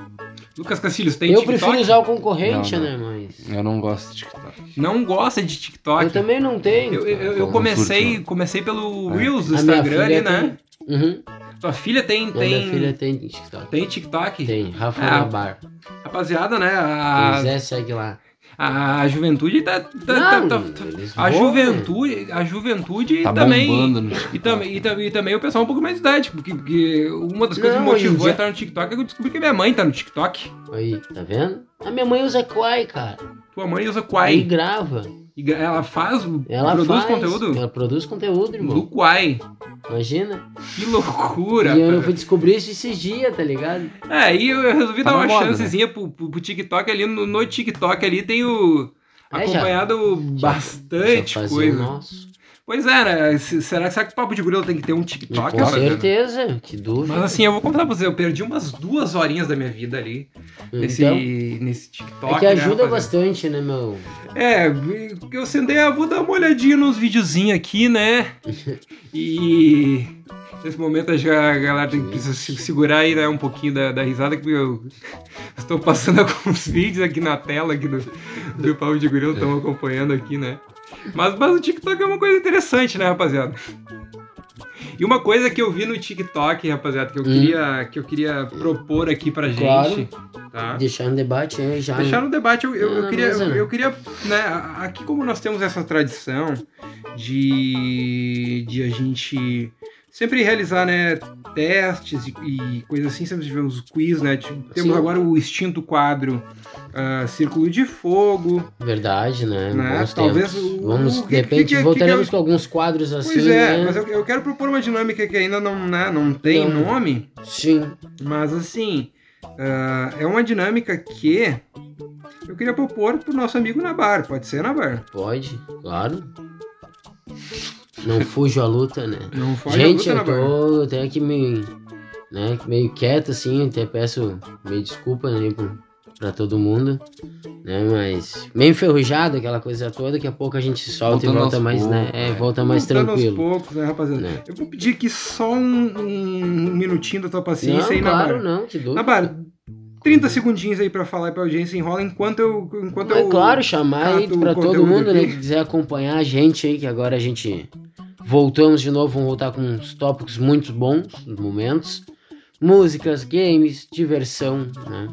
D: Lucas Cacilhos, tem
F: eu
D: TikTok?
F: prefiro usar o concorrente,
E: Não,
F: né? Mas.
E: Eu não gosto de TikTok.
D: Não gosta de TikTok.
F: Eu também não tenho.
D: Eu, eu- eu
E: Então, não
D: comecei,
E: curto.
D: comecei pelo
E: É.
D: Reels do
F: A minha
D: Instagram ali,
F: filha
D: né?
F: Uhum.
D: Tua filha tem.
F: A Minha filha
D: Tem,
F: tem TikTok.
D: tem TikTok?
F: Tem, Rafa
D: Ah,
F: Nabar.
D: Rapaziada, né?
F: Ah,
D: A,
F: Zé segue lá.
D: a, a juventude tá. tá-
F: Não,
D: tá- tá-
F: eles
D: a
F: vão,
D: juventude. A juventude
E: Tá
D: também.
E: bombando no TikTok.
D: E também, e, também, e também o pessoal um pouco mais de idade, porque, porque uma das coisas que me
F: Não, hoje em
D: motivou a
F: dia-
D: entrar no TikTok é que eu descobri que minha mãe tá no TikTok.
F: né? Aí, tá vendo? A minha mãe usa Quai, cara.
D: Tua mãe usa
F: Aí
D: Quai.
F: grava.
D: E gra- ela faz, um
F: Ela
D: produz
F: faz,
D: conteúdo
F: Ela produz conteúdo,
D: do
F: irmão.
D: Quai.
F: Imagina.
D: Que loucura.
F: E eu
D: cara.
F: fui descobrir isso esses dias, tá ligado?
D: É, e eu resolvi
E: Tá
D: dar
E: na
D: uma
E: moda,
F: né?
D: chancezinha pro, pro- pro TikTok ali. No, no TikTok ali tem o...
F: É, já.
D: acompanhado bastante
F: Só fazer
D: coisa.
F: o nosso.
D: Pois é, né? Se- será, que- será que o Papo de Gorila tem que ter um TikTok?
F: Com
D: cara?
F: certeza, que dúvida.
D: Mas assim, eu vou contar pra você, eu perdi umas duas horinhas da minha vida ali. Nesse,
F: então,
D: nesse TikTok.
F: é que
D: assim, né,
F: ajuda
D: rapaziada?
F: bastante, né, meu?
D: É, eu sentei, ah, vou dar uma olhadinha nos videozinhos aqui, né? E nesse momento já a galera tem que precisa se segurar aí, né, um pouquinho da, da risada, que eu estou passando alguns vídeos aqui na tela aqui do, do Paulo de
F: É.
D: Gorila, estão acompanhando aqui, né? Mas, mas o TikTok é uma coisa interessante, né, rapaziada? E uma coisa que eu vi no TikTok, rapaziada, que eu,
F: Hum.
D: queria, que eu queria propor aqui pra
F: Claro.
D: gente. Tá?
F: Deixar no debate aí já.
D: Deixar
F: né?
D: no debate, eu, eu-
F: Não,
D: eu
F: não,
D: queria,
F: beleza,
D: eu,
F: né?
D: eu queria, né, a- aqui como nós temos essa tradição de, de a gente sempre realizar, né, testes e, e coisas assim, sempre tivemos o quiz, né, tipo, temos
F: Sim.
D: agora o extinto quadro ah, Círculo de Fogo,
F: Verdade, né?
D: né,
F: Bons
D: talvez
F: tempos.
D: o-
F: Vamos,
D: o que-
F: de repente,
D: que- que-
F: voltaremos
D: que-
F: com
D: é
F: alguns quadros assim,
D: Pois é,
F: né?
D: mas eu, eu quero propor uma dinâmica que ainda não, né, não tem
F: Não.
D: nome,
F: Sim.
D: Mas assim, ah, é uma dinâmica que eu queria propor pro nosso amigo Nabar. Pode ser, Nabar?
F: Pode, claro. Não fujo à luta, né?
D: Não foge a
F: Gente,
D: luta,
F: eu
D: Nabar.
F: tô até que me, né, que meio quieto, assim, até peço meio desculpa né, pro- pra todo mundo, né, mas meio enferrujado, aquela coisa toda, daqui a pouco a gente solta
E: Voltando
F: e volta
E: aos
F: mais, né,
E: poucos,
F: é,
E: né?
F: volta mais
D: Voltando
F: tranquilo.
D: aos poucos, né, rapaziada?
F: Né.
D: Eu vou pedir aqui só um, um minutinho da tua paciência
F: não,
D: aí,
F: claro,
D: Nabar.
F: não, que dúvida.
D: Nabar, 30 segundinhos aí pra falar pra audiência enrola enquanto eu. Enquanto
F: É
D: eu
F: claro, chamar aí
D: cato é o
F: pra todo
D: conteúdo
F: mundo, né,
D: aqui.
F: que quiser acompanhar a gente aí, que agora a gente voltamos de novo, vamos voltar com uns tópicos muito bons, uns momentos, músicas, games, diversão, né,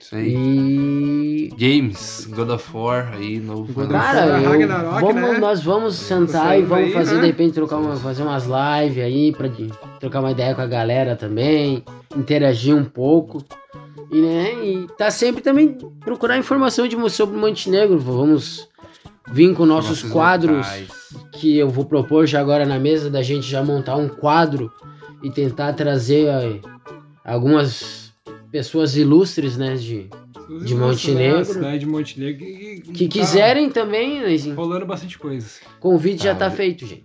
E: Isso
D: É
E: aí.
F: e...
E: Games, God of War aí, novo.
D: God of
E: Final
F: Cara,
E: Fantasy.
F: eu-
D: Ragnarok,
F: vamos,
D: né?
F: nós vamos sentar
D: saindo
F: e vamos
D: aí,
F: fazer,
D: né?
F: de repente, trocar uma, fazer umas lives aí, pra de- trocar uma ideia com a galera também, interagir um pouco. E, né, e tá sempre também procurar informação de, sobre Montenegro. Vamos vir com nossos
E: Nossos
F: quadros,
E: locais.
F: que eu vou propor já agora na mesa, da gente já montar um quadro e tentar trazer eh, algumas pessoas ilustres, né, de,
D: Os
F: de
D: nossos, né,
F: Montenegro.
D: a cidade de Montenegro. Que,
F: que
D: tá
F: quiserem também, né, assim,
D: Rolando bastante coisa.
F: convite já tá
E: Tá,
F: feito, gente.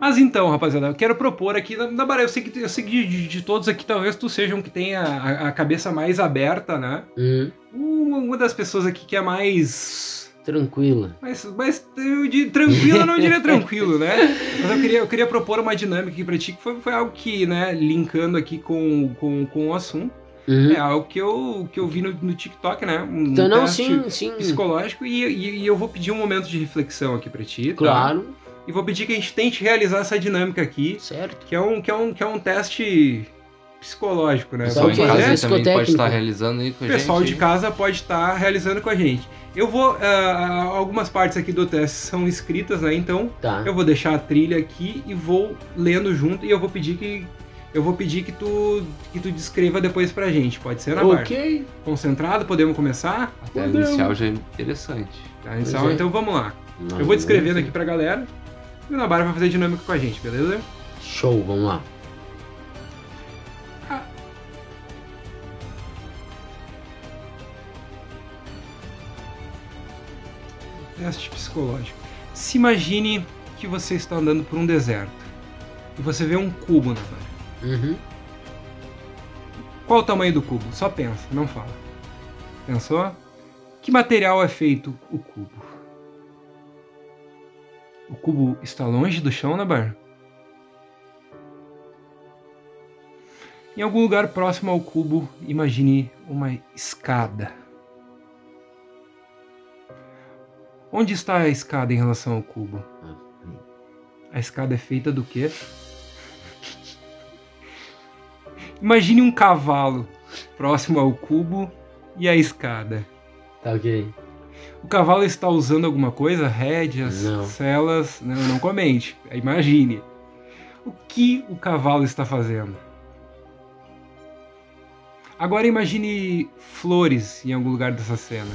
D: Mas então, rapaziada, eu quero propor aqui. Na, na eu sei que, eu sei que de, de todos aqui, talvez tu seja um que tenha a, a cabeça mais aberta, né?
F: Hum.
D: Uma, uma das pessoas aqui que é mais.
F: Tranquila.
D: mais, mais eu di- tranquilo, eu não diria tranquilo, né? Mas eu queria, eu queria propor uma dinâmica aqui pra ti, que foi, foi algo que, né, linkando aqui com, com, com o assunto.
F: Uhum.
D: É algo que eu, que eu vi no, no TikTok, né? Um
F: Então, não,
D: teste
F: sim, sim.
D: psicológico. E, e- e eu vou pedir um momento de reflexão aqui pra ti. tá?
F: Claro,
D: E vou pedir que a gente tente realizar essa dinâmica aqui,
F: certo.
D: que é um, que é um, que é um teste psicológico, né?
E: O
F: Só
E: pessoal
D: Vamos
E: em
F: que-
E: casa
D: fazer.
E: aí
F: Esse
E: também
F: ficou
E: pode estar
F: técnico.
E: realizando aí com
D: O
E: a
D: pessoal
E: gente.
D: de casa pode estar realizando com a gente. Eu vou. ah, algumas partes aqui do teste são escritas, né? Então
F: Tá.
E: Ah.
D: eu vou deixar a trilha aqui e vou lendo junto e eu vou pedir que. Eu vou pedir que tu, que tu descreva depois pra gente. Pode ser, Ana Bárbara?
F: Ok.
D: Concentrado, podemos começar?
E: A tela inicial né? já é interessante.
D: Tá, então,
F: é.
D: então vamos lá. Eu vou descrevendo aqui pra galera. E o Nabar vai fazer dinâmica com a gente, beleza?
F: Show, vamos lá.
D: Teste psicológico. Se imagine que você está andando por um deserto. E você vê um cubo, Nabar.
F: Uhum.
D: Qual o tamanho do cubo? Só pensa, não fala. Pensou? Que material é feito o cubo? O cubo está longe do chão, né, Nabar? Em algum lugar próximo ao cubo, imagine uma escada. Onde está a escada em relação ao cubo? A escada é feita do quê? Imagine um cavalo próximo ao cubo e à escada.
F: Tá ok.
D: O cavalo está usando alguma coisa? Rédeas,
F: Não.
D: celas? Não, não comente. Imagine. O que o cavalo está fazendo? Agora imagine flores em algum lugar dessa cena.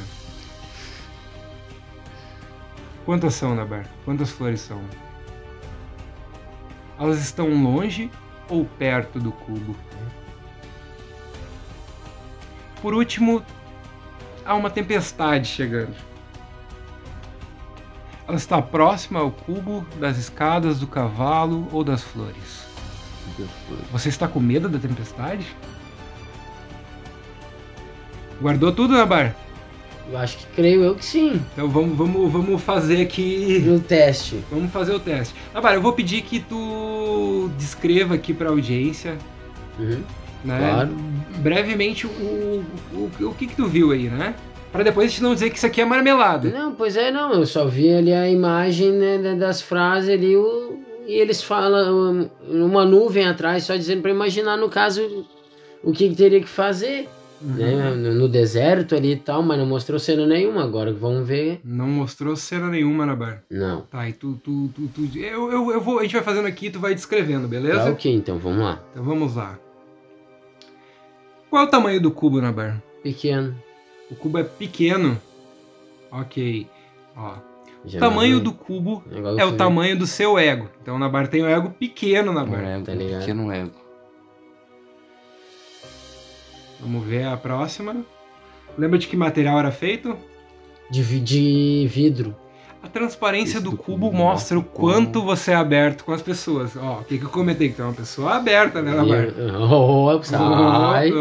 D: Quantas são, Nabar? Quantas flores são? Elas estão longe ou perto do cubo? Por último, há uma tempestade chegando. Ela está próxima ao cubo, das escadas, do cavalo ou das flores. Você está com medo da tempestade? Guardou tudo, Nabar?
F: Eu acho que creio eu que sim.
D: Então vamos, vamos, vamos fazer aqui.
F: No teste.
D: Vamos fazer o teste. Nabar, eu vou pedir que tu descreva aqui pra audiência,
F: Uhum.
D: né?
F: Claro.
D: Brevemente o, o, o que que tu viu aí, né? Pra depois a gente não dizer que isso aqui é marmelada.
F: Não, pois é, não. Eu só vi ali a imagem né, da- das frases ali o, e eles falam um, uma nuvem atrás, só dizendo pra imaginar, no caso, o que, que teria que fazer né, no, no deserto ali e tal, mas não mostrou cena nenhuma. Agora vamos ver.
D: Não mostrou cena nenhuma, Nabar.
F: Não.
D: Tá, e tu. tu, tu, tu- eu, eu, eu vou, a gente vai fazendo aqui e tu vai descrevendo, beleza?
F: Tá ok, então vamos lá.
D: Então vamos lá. Qual é o tamanho do cubo, Nabar?
F: Pequeno.
D: O cubo é pequeno. Ok. Ó, o
F: Já
D: tamanho
F: não- é um
D: do cubo
F: negócio
D: é o
F: foi-
D: tamanho do seu ego. Então o Nabar tem um ego pequeno,
E: Um
D: Nabar.
E: ego,
F: tá
E: um
F: ligado.
E: pequeno ego.
D: Vamos ver a próxima. Lembra de que material era feito?
F: De, vi- de vidro.
D: A transparência
E: Isso
D: do
E: do
D: cubo
E: cubo
D: mostra o
E: mostra como-
D: quanto você é aberto com as pessoas. Ó, o que, que eu comentei? Que tu é uma pessoa aberta, né, Nabar?
F: Oh, sai,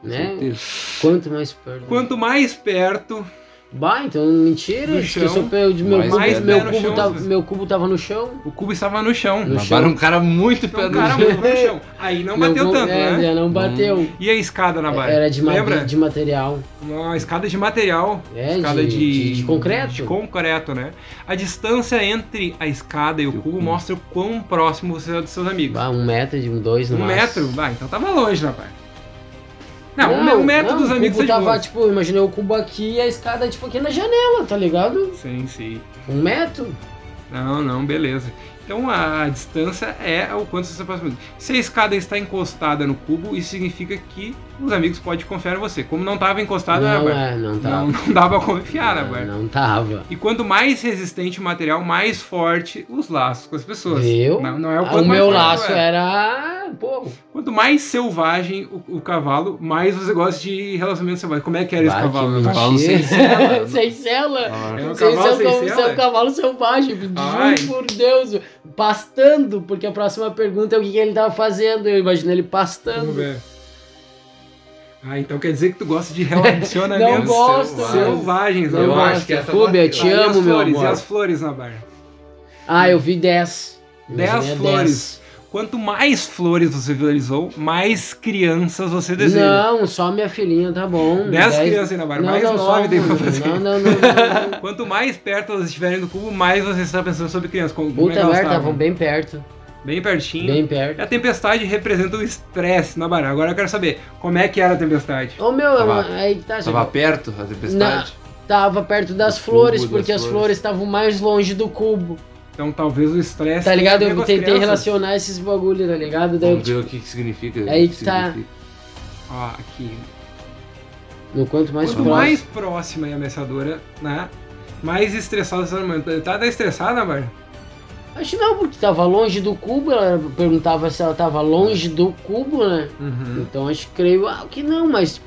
E: Com
F: né?
E: certeza.
F: Quanto mais perto.
D: Quanto mais perto,
F: Bah, então mentira.
D: No
F: Esqueceu
D: chão,
F: pé- de meu,
E: mais
F: cubo-
E: pé
F: meu,
E: no
F: cubo
D: chão,
F: tava,
D: às
F: meu cubo tava no chão.
D: o cubo estava no chão.
F: No
E: Nabar é um cara muito
D: Então,
E: pé
D: o
E: no
D: cara
E: chão.
D: morreu no chão. Aí não
F: Meu
D: bateu
F: cubo-
D: tanto,
F: é,
D: né?
F: já não bateu.
D: E a escada na barra?
F: Era de, ma-
D: Lembra?
F: de material.
D: Uma escada de material.
F: É,
D: escada
F: de,
D: de,
F: de- de concreto.
D: de concreto, né? A distância entre a escada e o
E: E o
D: cubo
E: cubo.
D: mostra o quão próximo você é dos seus amigos.
F: Bah, um metro, de um dois no
D: um
F: máximo.
D: metro? Ah, então tava longe, rapaz. Não, um metro
F: não,
D: dos amigos
F: o cubo
D: é de
F: tava,
D: boa.
F: tipo, imaginei o cubo aqui e a escada, tipo, aqui na janela, tá ligado?
D: Sim, sim.
F: Um metro.
D: Não, não, beleza. Então a distância é o quanto você se aproxima. Se a escada está encostada no cubo, isso significa que os amigos podem confiar em você. Como não estava encostado, né,
F: não,
D: Bárbara?
F: é, não tava.
D: Não, não dá pra confiar, né,
F: não,
D: Bárbara?
F: Ah, não tava.
D: E quanto mais resistente o material, mais forte os laços com as pessoas.
F: Viu?
D: Não, não é o
F: Ah,
D: quanto
F: o
D: mais
F: meu
D: forte
F: laço é-
D: tu é.
F: era. Pô,
D: Quanto mais selvagem o, o cavalo, mais você gosta de relacionamento selvagem. Como é que era esse
F: bah,
D: cavalo?
F: que
E: Cavalo
F: mentira.
E: sem cela.
F: Sem cela.
E: Ah,
D: É um
F: Sem
D: cavalo
F: ser
D: sem
F: um cavalo,
D: sela?
F: cavalo selvagem,
D: Ai.
F: juro por Deus, pastando, porque a próxima pergunta é o que, que ele tava fazendo, eu imagino ele
D: Vamos
F: pastando.
D: ver. Ah, então quer dizer que tu gosta de relacionamentos
F: Não gosto,
D: selvagens.
F: Não
E: Eu
D: né?
E: acho que essa
F: Cuba, eu
E: bateu.
F: te
D: Ah, e as
F: amo, meu
D: flores, E
F: amor.
D: as flores na barra?
F: Ah, eu vi 10.
D: Dez flores. Quanto mais flores você visualizou, mais crianças você deseja.
F: Não, só minha filhinha, tá bom.
D: Dez
F: Dez-
D: crianças ainda, Bárbara.
F: Não,
D: Mais
F: não,
D: nove tem pra
F: mano.
D: fazer. é
F: Não, não, não. não, não.
D: Quanto mais perto elas estiverem do cubo, mais você está pensando sobre crianças. Como, como é que
F: Puta
D: elas
F: merda,
D: estavam?
F: estavam bem perto.
D: Bem pertinho.
F: Bem perto.
D: A tempestade representa o estresse na barra. Agora eu quero saber, como é que era a tempestade?
F: Ô meu, é uma-
E: Tava-
F: aí que tá,
E: Tava
F: chegou.
E: perto a tempestade?
F: Tava perto das
E: Do
F: flores,
E: cubo, das
F: porque as
E: flores.
F: flores estavam mais longe do cubo.
D: Então talvez o estresse...
F: Tá
D: tenha
F: ligado?
D: a ver com
F: Eu
D: as
F: tentei
D: crianças.
F: relacionar esses bagulho, tá ligado? Daí eu,
E: Vamos
F: tipo,
E: ver o que, que significa.
F: Aí
E: o
F: que tá.
E: significa.
D: Ó, aqui.
F: tipo, no quanto mais
D: Quanto
F: próximo.
D: mais próxima e ameaçadora, né? Mais estressada você momento. Tá tá estressada, Bar?
F: Acho que não, porque tava longe do cubo, ela perguntava se ela tava longe do cubo, né?
D: Uhum.
F: Então acho que creio ah, que não, mas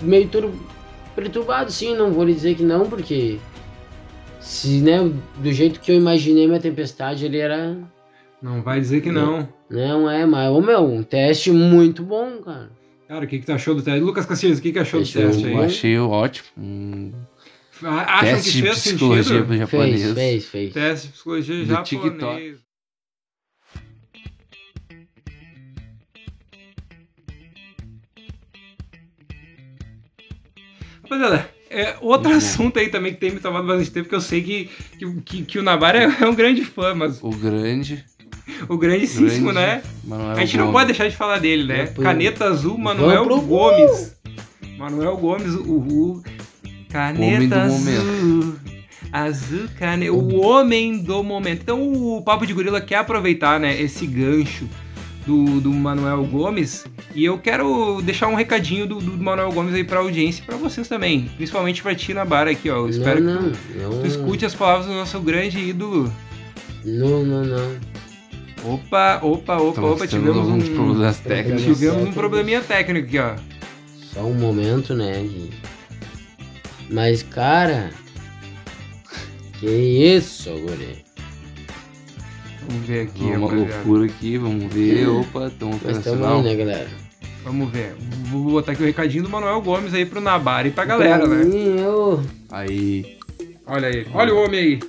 F: meio tudo perturbado, sim, não vou lhe dizer que não, porque se, né, do jeito que eu imaginei minha tempestade, ele era.
D: Não vai dizer que não.
F: Não é, mas, ô meu, um teste muito bom, cara.
D: Cara, o que, que tu achou do teste? Lucas Castilhos, o que, que achou do
F: Achei
D: teste
E: Eu
F: bom.
D: aí?
E: achei ótimo. Um
D: A- Acham
E: teste
D: que
E: de
D: fez
E: psicologia
D: sentido?
F: Fez,
E: japonesa.
F: fez, fez.
D: Teste de psicologia
E: Do
D: japonesa.
E: TikTok.
D: Rapaziada, é, outro
E: Muito bom.
D: assunto aí também que tem me tomado bastante tempo, que eu sei que, que, que, que o Nabara é um grande fã, mas
E: O grande.
D: o grandíssimo,
E: Grande.
D: né?
E: Manuel
D: A gente não
E: Gomes.
D: pode deixar de falar dele, né?
F: Vamos pro-
D: Caneta Azul, Manuel
F: pro-
D: Gomes. Manuel Gomes, o, o
E: Homem do
D: Caneta Azul. Azul caneta. O homem do momento. Então o Papo de Gorila quer aproveitar, né, esse gancho do, do Manuel Gomes. E eu quero deixar um recadinho do, do Manuel Gomes aí pra audiência e pra vocês também. Principalmente pra ti na barra aqui, ó. Eu espero
F: não,
D: que
F: não,
D: tu,
F: não,
D: tu escute as palavras do nosso grande ídolo.
F: Não, não, não.
D: Opa, opa, opa,
E: Estamos-
D: opa,
E: estamos
D: tivemos
E: Então, alguns
D: um.
E: problemas
F: Não,
E: técnicos.
D: Tivemos
F: não,
D: um probleminha técnico aqui, ó.
F: Só um momento, né? de- Mas, cara. Que isso, guri.
D: Vamos ver aqui,
E: Uma
D: rapaziada.
E: loucura aqui, vamos ver. Opa, tão
F: Mas tamo aí,
E: operacional.
F: né, galera?
D: Vamos ver. Vou botar aqui o recadinho do Manuel Gomes aí pro Nabara e pra galera, né?
F: Ih, eu-
E: Aí,
D: Olha aí. Olha o homem aí.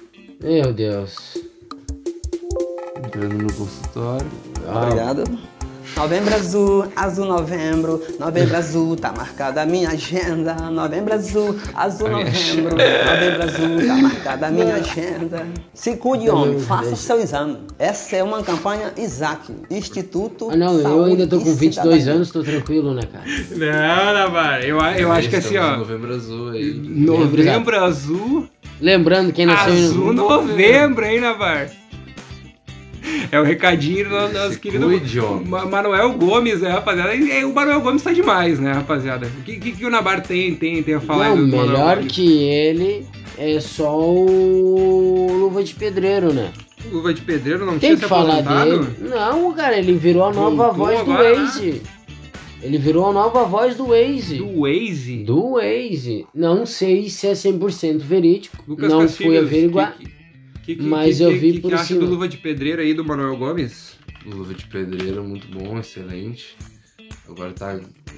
F: Meu Deus.
E: entrando no consultório.
D: Ah.
G: Obrigado. Novembro azul, azul novembro, novembro azul, tá marcada a minha agenda. Novembro azul, azul
E: A minha
G: novembro, novembro azul, tá marcada a minha agenda. Se cuide, homem, faça o seu exame. Essa é uma campanha ISAC, Instituto.
F: Ah, não, eu
G: Saúde
F: ainda tô
G: e
F: com 22
G: Cidadania.
F: anos, tô tranquilo, né, cara?
D: Não, Nabara. Eu, eu acho que assim,
E: É, Estamos no
D: ó.
E: Novembro azul aí.
D: Novembro azul.
F: Lembrando, quem nasceu em-
D: Azul novembro, hein, Nabar? É o recadinho do nosso- nosso
E: Se
D: querido
E: cuide, homem.
D: Ma- Manuel Gomes, né, rapaziada? E, e o Manuel Gomes tá demais, né, rapaziada? O que, que, que o Nabar tem, tem, tem a falar
F: Não,
D: aí do Manuel
F: melhor
D: Gomes?
F: que ele é só o Luva de Pedreiro, né?
D: Luva de pedreiro não
F: Tem
D: tinha
F: que
D: se
F: falar
D: aposentado?
F: dele. Não, cara, ele virou a nova
D: Voltou
F: voz do
D: agora, né?
F: Waze. Ele virou a nova voz do Waze.
D: Do Waze?
F: Do Waze. Não sei se é 100% verídico.
D: Lucas
F: não
D: Castilhos,
F: fui averiguar.
D: que- que- que-
F: mas
D: que-
F: eu
D: que-
F: vi
D: que,
F: por
D: que acha
F: cima.
D: do Luva de Pedreiro aí do Manuel Gomes?
E: O Luva de pedreiro, muito bom, excelente. Agora tá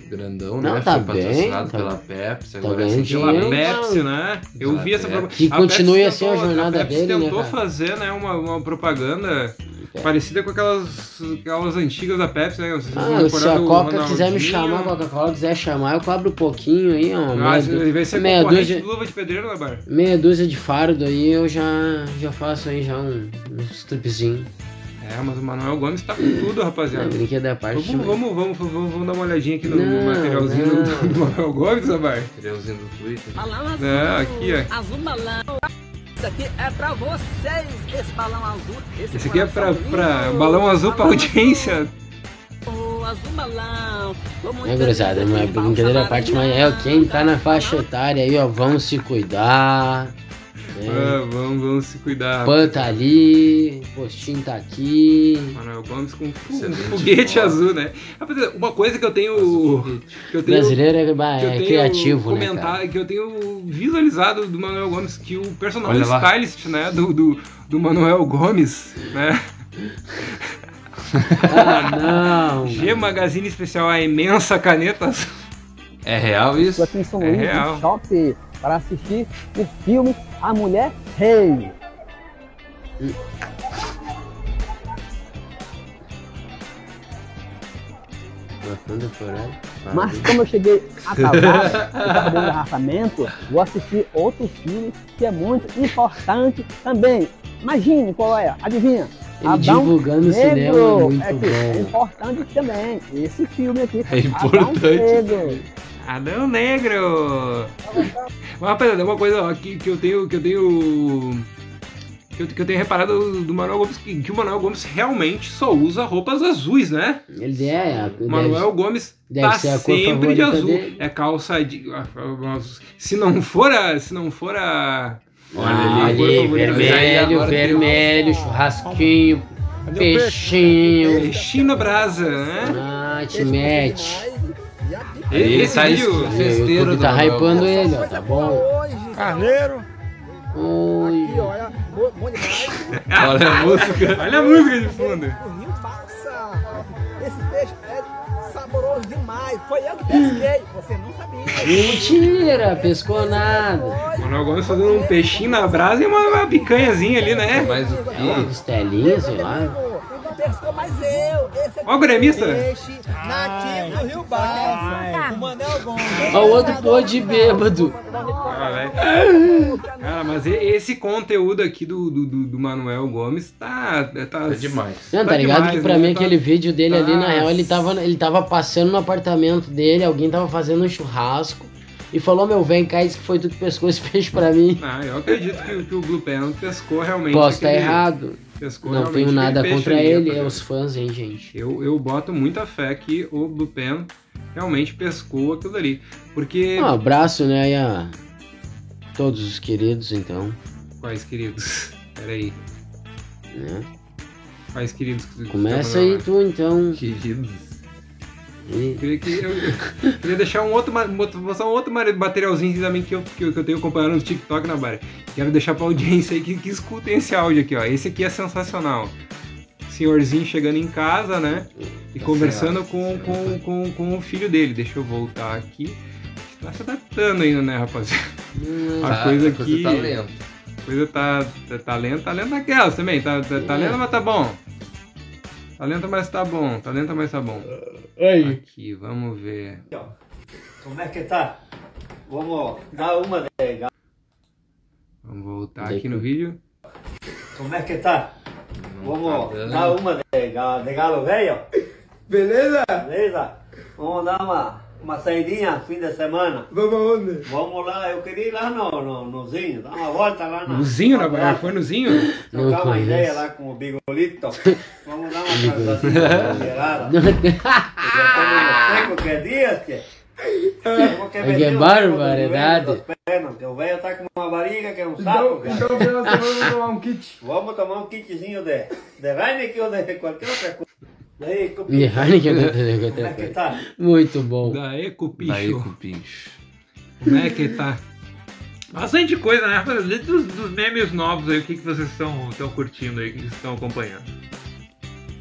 E: grandão,
F: Não,
E: né?
F: tá
E: Foi
F: bem,
E: patrocinado
F: tá-
E: pela Pepsi,
F: tá
E: agora é
F: ganhando
E: essa
D: Pela
F: dinheiro. Sim,
D: Pepsi,
F: mano.
D: né? Eu vi essa
E: Exato,
D: propaganda.
F: é. Que continue
D: Pepsi
F: assim a
D: tentou-
F: jornada
D: a Pepsi
F: dele, né,
D: tentou
F: cara?
D: fazer, né, uma, uma propaganda
F: É.
D: parecida com aquelas, aquelas antigas da Pepsi, né? Vocês
F: Ah,
D: lembram
F: se a
D: do
F: Coca quiser me
D: Ronaldinho?
F: chamar, a Coca-Cola quiser chamar, eu cobro um pouquinho aí, ó.
D: Ah,
F: Meia, du-
D: ele vai ser
F: meia
D: concorrente
F: dúzia-
D: do Luva de Pedreiro, né, Bar?
F: meia dúzia de fardo aí, eu já, já faço aí já um, um stripzinho.
D: É, mas o Manuel Gomes tá com tudo,
F: É,
D: rapaziada.
F: brinquedo da parte.
D: Vamos,
F: também.
D: vamos, vamos, vamos, vamos dar uma olhadinha aqui no, no
F: Não,
D: materialzinho do-
F: não.
D: do Manuel Gomes, né, Bar?
E: Materialzinho do Twitter.
H: Balão azul.
D: Não, É, aqui, ó.
H: Azul balão. Isso aqui é pra vocês, esse balão azul.
D: Esse aqui é pra,
H: coração
D: pra
H: lindo.
D: balão azul pra
H: Balão
D: audiência.
H: azul, azul balão. Vamos
F: É, gurizada, não é brincadeira à parte, mas é, ó, quem tá na faixa etária aí, ó, vão se cuidar. Né?
D: Ah, vamos, vamos se cuidar.
F: Pan tá ali, postinho tá aqui.
D: Manuel Gomes com um
E: Excelente
D: foguete
E: bola.
D: azul, né? Rapaziada, uma coisa que eu tenho.
E: Azul.
D: Que eu tenho
F: Brasileiro é, bah,
D: que eu
F: é
D: tenho um
F: criativo, né,
D: comentar- é
F: cara?
D: Que eu tenho visualizado do Manuel Gomes, que o personal
E: Olha lá.
D: stylist, né, do, do, do Manuel Gomes, né?
F: Ah, não!
D: G Magazine Especial, a imensa caneta azul.
E: É real isso?
G: aqui em São
D: É
G: Luís,
D: real.
G: no shopping, para assistir o filme A Mulher Rei.
F: Bacana temporada.
G: Mas como eu cheguei atrasado, eu tava dentro do arrafamento, vou assistir outro filme que é muito importante também. Imagine qual é, adivinha?
F: Ele divulgando o cinema é muito
G: é, que é
F: bom.
G: importante também. Esse filme aqui.
E: É
G: Adão
E: importante.
G: Negro.
D: Adão Negro! Mas, rapaziada, uma coisa ó, que, que eu tenho. Que eu tenho. Que eu, que eu tenho reparado do Manuel Gomes, que, que o Manuel Gomes realmente só usa roupas azuis, né?
F: Ele é. é,
D: O Manuel Gomes
F: deve
D: tá
F: ser a cor
D: sempre de
F: favorita
D: azul.
F: dele.
D: É calça de. ah, ah, Se não for a. Se não for a.
F: Olha Ah, ali,
D: Olha ali,
F: vermelho,
E: agora
F: vermelho, churrasquinho, peixinho.
D: é China Brasa, né?
F: Ah, te mete.
E: Ele
D: Esse
E: tá
D: vídeo-
E: escuro.
F: Aí, o
E: Festeiro
F: YouTube
E: do
F: tá
E: Manuel.
F: hypando ele, ó,
I: é
F: tá bom?
I: Carneiro.
F: Oi.
I: Aqui, olha. Bom, bom demais.
E: Olha a música.
D: Olha a música de fundo.
I: O rio passa. Esse peixe é saboroso demais. Foi eu que pesquei. Você não sabia.
F: Mentira, pescou nada.
I: Foi.
D: Manuel Gomes fazendo um peixinho na brasa e uma, uma picanhazinha ali, né?
E: Mas o que?
F: Costelinha, sei lá.
I: Não pescou mais eu. Esse aqui
D: Ó o gremista.
I: peixe nativo do Rio Bar. O Manel Gomes.
F: Ó, o outro pô de bêbado.
D: Ah, velho. Cara, mas e- esse conteúdo aqui do, do, do- do Manuel Gomes tá. Tá
E: É demais.
F: Não, tá
D: Tá
F: ligado
D: demais,
F: que pra
D: né?
F: mim aquele vídeo dele ali, na
D: Nossa.
F: real, ele tava, ele tava passando no apartamento dele, alguém tava fazendo um churrasco e falou, meu, vem cá, diz que foi tu que pescou esse peixe pra mim.
D: Ah, eu acredito que, o- que o Blue Pen pescou realmente.
F: Posso estar
D: aquele-
F: errado.
D: pescou
F: Não
D: realmente
F: tenho
D: aquele
F: nada
D: peixe
F: contra
D: ali,
F: ele, é
D: rapaziada.
F: os fãs, hein, gente.
D: Eu, eu boto muita fé que o Blue Pen realmente pescou aquilo ali. Porque.
F: Um abraço, né, aí a todos os queridos, então,
D: Quais queridos? Peraí.
F: né?
D: Quais queridos que que
F: Começa
D: tá mandando
F: aí tu, então.
E: Queridos.
F: E-
D: Eu queria, que- eu- eu queria deixar um outro, ma- outro- mostrar um outro ma- materialzinho também que eu, que, eu, que eu tenho acompanhando no TikTok na barra. Quero deixar pra audiência aí que, que escutem esse áudio aqui, ó. Esse aqui é sensacional. Senhorzinho chegando em casa, né?
E: Tá
D: E conversando com, com, com, com o filho dele. Deixa eu voltar aqui. Tá se adaptando ainda, né, rapaziada? A
E: Tá,
D: coisa
E: a
D: aqui.
E: tá lenta.
D: A coisa tá, tá, tá lenta, tá lenta naquelas também. Tá, tá, tá
F: É.
D: lenta, mas tá bom. Tá lenta, mas tá bom. Tá lenta, mas tá bom.
F: Aí.
D: Aqui, vamos ver.
I: Como é que tá? Vamos dar uma.
D: Vamos voltar
F: Daí
D: aqui
F: que-
D: no vídeo.
I: Como é que tá?
E: Vamos tá dando.
I: dar uma de, ga- de galo velho. Beleza? Beleza. Vamos dar uma, uma saidinha fim de semana. Vamos aonde? Vamos lá, eu queria ir lá no, no, no Zinho, dar uma volta lá na.
D: Nuzinho, na
I: lá,
D: barra, foi Nuzinho?
F: Não
I: Trocar uma
F: conheço.
I: ideia lá com o Bigolito. Vamos dar uma transação Já estamos nos cinco que é dias, tchê. Eu vou
F: É
I: beber
F: que
I: um pouco
F: barbaridade.
I: do velho das pernas, que O velho tá com uma barriga que é um
J: Então,
I: sapo, cara.
J: vamos tomar um kit.
I: Vamos tomar um kitzinho de, de Heineken ou de qualquer outra coisa. Daí,
F: E
I: Cupim,
F: Heineken não tem
I: como é
F: outra
I: que
F: coisa.
I: tá?
F: Muito bom.
D: Daí, cupicho.
E: Daí com o pincho.
D: Como é que tá? Bastante coisa, né? Rapaziada? Dentro Dos, dos memes novos aí, o que, que vocês estão estão curtindo aí, o que vocês estão acompanhando?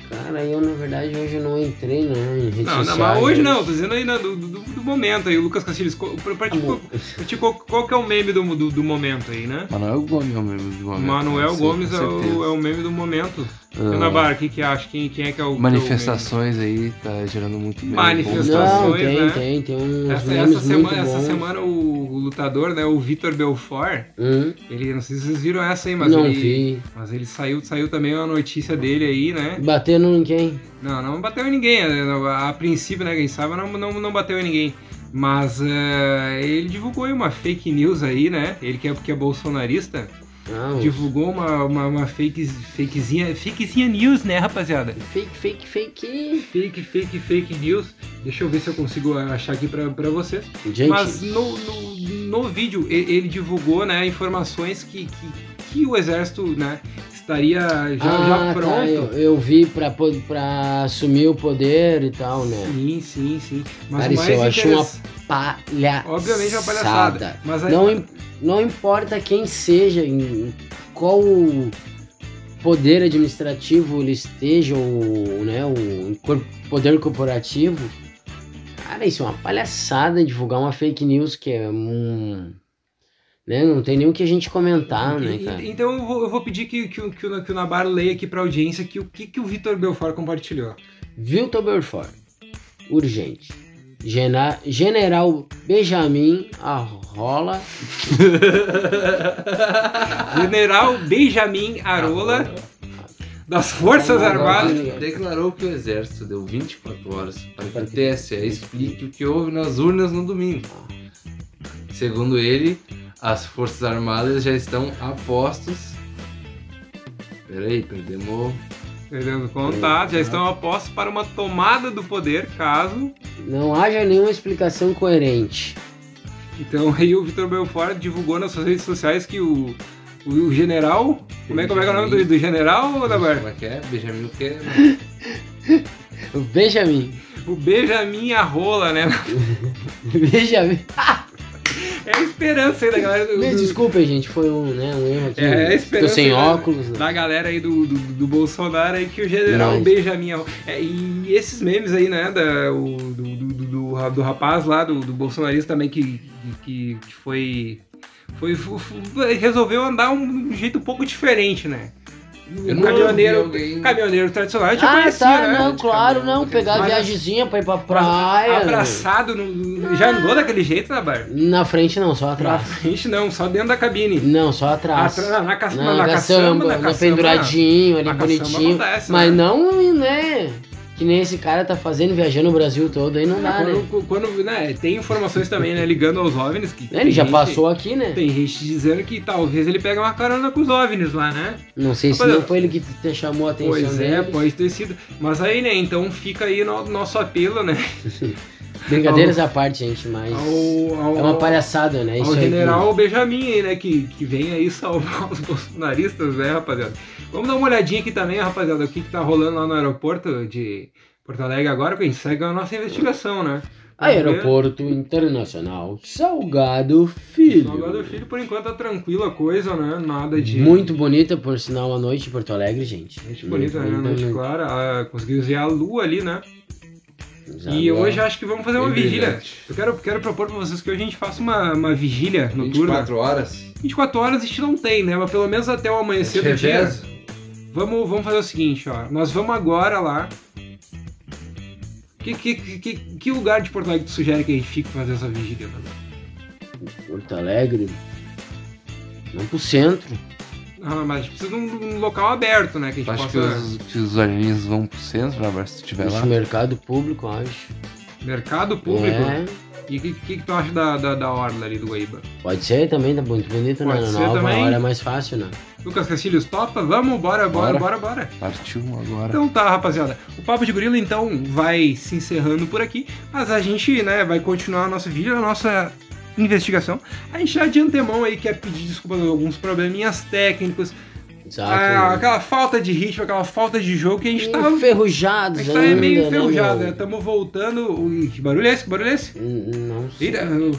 F: Cara, eu na verdade hoje não entrei, né? Em redes
D: Não, não,
F: sociais.
D: mas hoje não, tô dizendo aí né, do, do- do momento aí, o Lucas Castilhos, qual, pra, pra, ti,
F: Amor.
D: qual- ti, qual, qual que é o meme do, do, do momento aí, né?
E: Manuel Gomes é o meme do momento.
D: Manuel
E: Sim,
D: Gomes
E: com
D: é o,
E: certeza.
D: é o meme do momento.
E: Ah.
D: Renabar, o que, que acha? Quem, quem é que é o. que é o meme?
E: Manifestações aí, tá gerando muito meme.
D: Manifestações.
F: Não,
D: Estações,
F: tem,
D: né?
F: tem, tem uns
D: Essa,
F: memes
D: essa semana,
F: muito
D: essa
F: bons.
D: semana o, o lutador, né, o Vitor Belfort,
F: Hum,
D: ele, não sei se vocês viram essa aí, mas
F: não
D: ele,
F: vi.
D: Mas ele saiu, saiu também uma notícia dele aí, né?
F: Batendo em quem?
D: Não, não bateu em ninguém. né? A, princípio, né? Quem sabe não, não, não bateu em ninguém. Mas eh, ele divulgou aí uma fake news aí, né? Ele que é porque é bolsonarista,
F: Ah, o
D: divulgou uma, uma, uma fake, fakezinha, fakezinha news, né, rapaziada?
F: Fake, fake, fake.
D: Fake, fake, fake news. Deixa eu ver se eu consigo achar aqui pra, pra vocês.
F: Gente,
D: Mas no, no, no vídeo e- ele divulgou né, informações que, que, que o exército né, estaria já, já
F: ah, tá, eu,
D: pronto.
F: eu vi pra, po- pra assumir o poder e tal, né?
D: Sim, sim, sim. Mas
F: Cara,
D: o
F: isso
D: mais
F: eu acho uma
D: interess-
F: Palhaçada.
D: Obviamente é uma palhaçada. Mas aí-
F: Não, im- não importa quem seja, em qual poder administrativo ele esteja, ou né, o cor- poder corporativo, cara, isso é uma palhaçada divulgar uma fake news que é um. Né, não tem nem o que a gente comentar, né,
D: E-
F: cara?
D: Então eu vou, eu vou pedir que, que, o- que, o, que o Nabar leia aqui pra audiência que, o que, que o Vitor Belfort compartilhou.
F: Viu, Belfort? urgente. Gena- General Benjamin ah, Arrola
D: General Benjamin Arola, das Forças Armadas.
E: declarou que o exército deu 24 horas para que o TSE explique o que houve nas urnas no domingo. Segundo ele, as forças armadas já estão a postos. Peraí, perdemos. o-
D: Entendendo? Contato, já estão apostos para uma tomada do poder, caso.
F: Não haja nenhuma explicação coerente.
D: Então aí o Vitor Belfort divulgou nas suas redes sociais que o, o, o general. Como é, como é que é o nome do, do general, Dabar?
E: Como é que é? Benjamin o que é?
F: O Benjamin.
D: O Benjamin Arrola, né?
F: Benjamin.
D: É a esperança aí da galera do.
F: Me
D: do-
F: desculpa, gente, foi um, né, um erro aqui.
D: É a
F: Tô
D: esperança
F: sem
D: da-
F: óculos. né?
D: da galera aí do, do, do Bolsonaro aí que o general
F: Nice.
D: Benjamin Arrola. É, e esses memes aí, né? Da, o, do, do, do, do- do rapaz lá, do, do bolsonarista também que, que, que foi. Foi, fu- fu- resolveu andar um jeito um pouco diferente, né?
E: Eu
D: O
E: nunca vi
D: caminhoneiro,
E: alguém-
D: caminhoneiro tradicional, eu já
F: Ah,
D: conhecia,
F: tá,
D: né?
F: não, claro, não. Pegar a
D: Mas-
F: viagemzinha pra ir pra
D: Mas
F: praia. né?
D: Abraçado, no- já andou daquele jeito, né, Bar?
F: Na frente não, só
D: Pra
F: atrás.
D: frente não, só dentro da cabine.
F: Não, só atrás.
D: Atrás, na, ca-
F: Na, caçamba,
D: na caçamba, na
F: no
D: caçamba,
F: penduradinho, ali
D: na caçamba
F: bonitinho.
D: acontece,
F: mas
D: né?
F: não, né? Que nem esse cara tá fazendo, viajando o Brasil todo aí, não
D: Ah,
F: dá, né?
D: quando, quando, né, tem informações também, né, ligando aos OVNIs que
F: Ele já
D: tem
F: passou aqui, né?
D: Tem gente dizendo que talvez ele pegue uma carona com os OVNIs lá, né?
F: Não sei se
D: Rapaz,
F: não foi ele que te chamou a atenção
D: pois é,
F: deles.
D: pode ter sido. Mas aí, né, então fica aí no, nosso apelo, né?
F: Brincadeiras à parte, gente, mas.
D: é. Ao, ao,
F: É uma palhaçada, né?
D: ao
F: Isso aí.
D: general Benjamin aí, né? Que, que vem aí salvar os bolsonaristas, né, rapaziada? Vamos dar uma olhadinha aqui também, rapaziada, o que, que tá rolando lá no aeroporto de Porto Alegre agora, porque a gente segue a nossa investigação, né? Vamos ver.
F: Aeroporto Internacional Salgado Filho.
D: Salgado Filho, por enquanto, tá tranquila a coisa, né? Nada de.
F: Muito bonita, por sinal, a noite em Porto Alegre, gente.
D: Gente bonita, né?
F: Muito,
D: Noite
F: muito.
D: clara. Ah, conseguiu ver a lua ali, né? E
F: Agora-
D: hoje eu acho que vamos fazer uma
E: Bem
D: vigília.
E: brilhante.
D: Eu quero, quero propor pra vocês que hoje a gente faça uma, uma
E: É
D: vigília noturna.
E: 24 horas? é
D: 24 horas a gente não tem, né? Mas pelo menos até o
F: É
D: amanhecer do dia.
E: Reverso?
D: Vamos, vamos fazer o seguinte, ó. Nós vamos agora lá. Que, que, que- que, que lugar de Porto Alegre tu sugere que a gente fique pra fazer essa vigília? mano?
F: Porto Alegre. Vamos pro centro.
D: Ah, mas a gente precisa de um, de um local aberto, né? Que a gente
E: Acho que
D: possa.
E: os, que os olhinhos vão pro centro, né, Bárbara, se tu estiver lá.
F: Esse mercado público, eu acho.
D: Mercado público.
F: É.
D: E o que, que, que tu acha da, da, da orla ali do Guaíba?
F: Pode ser também, tá muito bonito, né?
D: Pode
F: Na
D: ser
F: nova
D: também.
F: hora é mais fácil, né?
D: Lucas Castilhos topa? Vamos, bora, bora, bora, bora.
E: Partiu agora.
D: Então tá, rapaziada. O Papo de Gorila, então, vai se encerrando por aqui. Mas a gente, né, vai continuar nosso vídeo, a nossa investigação. A gente já de antemão aí quer pedir desculpa por alguns probleminhas técnicos,
F: Exato.
D: ah,
F: né?
D: aquela falta de ritmo, aquela falta de jogo que a gente tá... A
F: Enferrujados
D: gente tá
F: ainda,
D: meio
F: né,
D: enferrujado, né?
F: meu?
D: Tamo voltando... Ui, que barulho é esse? Que barulho é esse?
F: N- Hum, Não sei.
D: Eita, eu-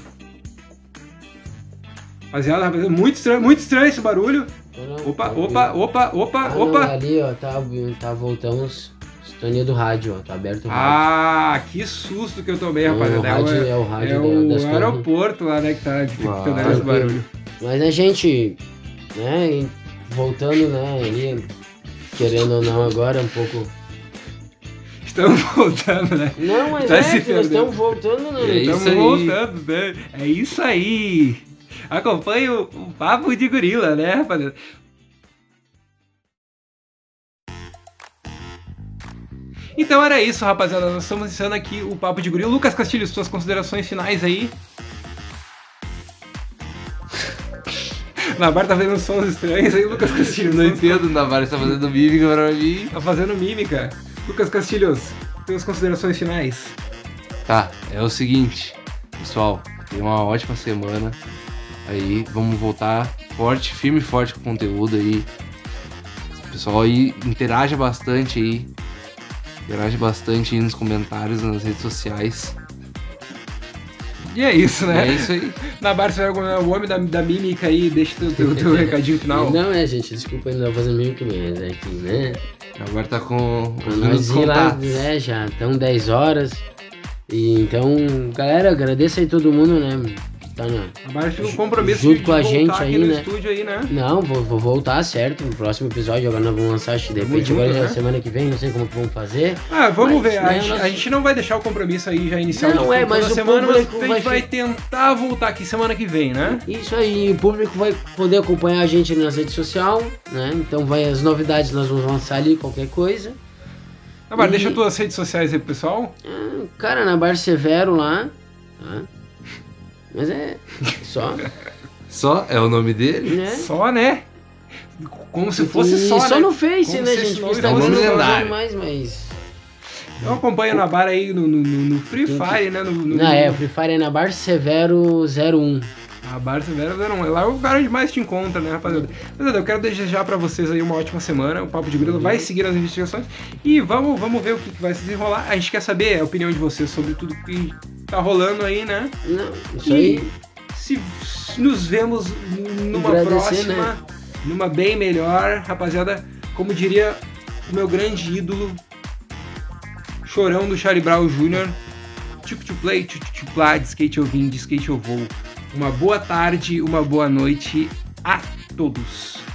D: Rapaziada, rapaziada, muito estranho, muito estranho esse barulho.
F: tá
D: Opa, opa, opa,
F: Ah,
D: opa,
F: não,
D: opa.
F: ali, ó, tá, tá voltamos. Sintonia do rádio, ó, tá aberto o rádio.
D: Ah, que susto que eu tomei,
F: Não,
D: rapaziada.
F: o rádio
D: é
F: é o
D: o,
F: rádio
D: é
F: da-
D: o
F: das torres.
D: aeroporto lá, né, que tá que tá dando esse
F: tranquilo.
D: barulho.
F: Mas a gente, né, e voltando, né, ali, querendo ou não agora, um pouco...
D: Estamos voltando, né?
F: Não, mas
D: Tá
F: é
D: se
F: que nós
D: perdendo.
F: estamos voltando, né?
E: É
D: Estamos
E: isso aí.
D: voltando, né? É isso aí. Acompanhe o, o Papo de Gorila, né, rapaziada? Então era isso, rapaziada. Nós estamos encerrando aqui o Papo de Gorila. Lucas Castilho, suas considerações finais aí. Na barra tá fazendo sons estranhos aí, Lucas Castilho.
E: Então, assim, Não entendo, Navarro, você tá fazendo mímica pra mim.
D: Tá fazendo mímica. Lucas Castilhos, suas considerações finais.
E: Tá, é o seguinte, pessoal, tenha uma ótima semana. Aí, vamos voltar forte, firme e forte com o conteúdo aí. Pessoal aí, interaja bastante aí. Interage bastante aí nos comentários, nas redes sociais.
D: E é isso,
E: E
D: né?
E: é isso aí.
D: Na barra você vai o homem da, da mímica aí, deixa teu, teu, teu recadinho final.
F: Não, é, gente, desculpa ainda fazer meio que menos aqui, né?
E: Agora tá com
F: Pra
E: os minutos
F: nós ir lá,
E: contados.
F: né, já estão 10 horas. E então, galera, agradeço aí todo mundo, né? Tá, né?
D: Agora fica um compromisso
F: Junto
D: de
F: com a
D: voltar
F: gente
D: aqui
F: aí,
D: no
F: né?
D: estúdio aí, né?
F: Não, vou, vou voltar, certo? No próximo episódio, agora nós vamos lançar, acho que de
D: Tamo
F: repente,
D: junto,
F: agora já
D: né?
F: semana que vem, não sei como que vamos fazer.
D: Ah, vamos
F: Mas,
D: ver.
F: né,
D: A, gente,
F: nós-
D: a gente não vai deixar o compromisso aí já inicial
F: Não,
D: de
F: é,
D: toda
F: mas o
D: semana, mas a
F: público
D: gente
F: vai
D: vai, tentar voltar aqui semana que vem, né?
F: Isso aí, o público vai poder acompanhar a gente nas redes sociais, né? Então vai as novidades, nós vamos lançar ali qualquer coisa.
D: Agora,
F: E-
D: Tá deixa tuas redes sociais aí pro pessoal.
F: Ah, Cara, na Bar Severo lá, tá? Mas é só,
E: Só é o nome dele?
F: né?
D: Só, né? Como se fosse
F: e
D: só,
F: só
D: né?
F: no Face,
D: Como
F: né,
D: se um
F: gente?
D: não
F: Porque Instagram
E: fosse
F: não tá
E: lendário.
F: mais, mas...
D: Então acompanha na barra aí no, no, no- no Free
F: Tem que-
D: Fire, né? No, no,
F: Não, é, Free Fire é na Bar Severo 01.
D: A Barça Vera Verão. Lá é o lugar onde mais te encontra, né, rapaziada? Rapaziada, eu quero desejar pra vocês aí uma ótima semana. O Papo de Grilo vai seguir as investigações e vamos, vamos ver o que que vai se desenrolar. A gente quer saber a opinião de vocês sobre tudo que tá rolando aí, né?
F: Não, isso aí.
D: E se se nos vemos numa
F: Agradecer, né?
D: próxima, numa bem melhor, rapaziada. Como diria o meu grande ídolo, chorão do Charlie Brown Jr., tipo to play, tipo to play, de skate eu vim, de skate eu vou. Uma boa tarde, uma boa noite a todos.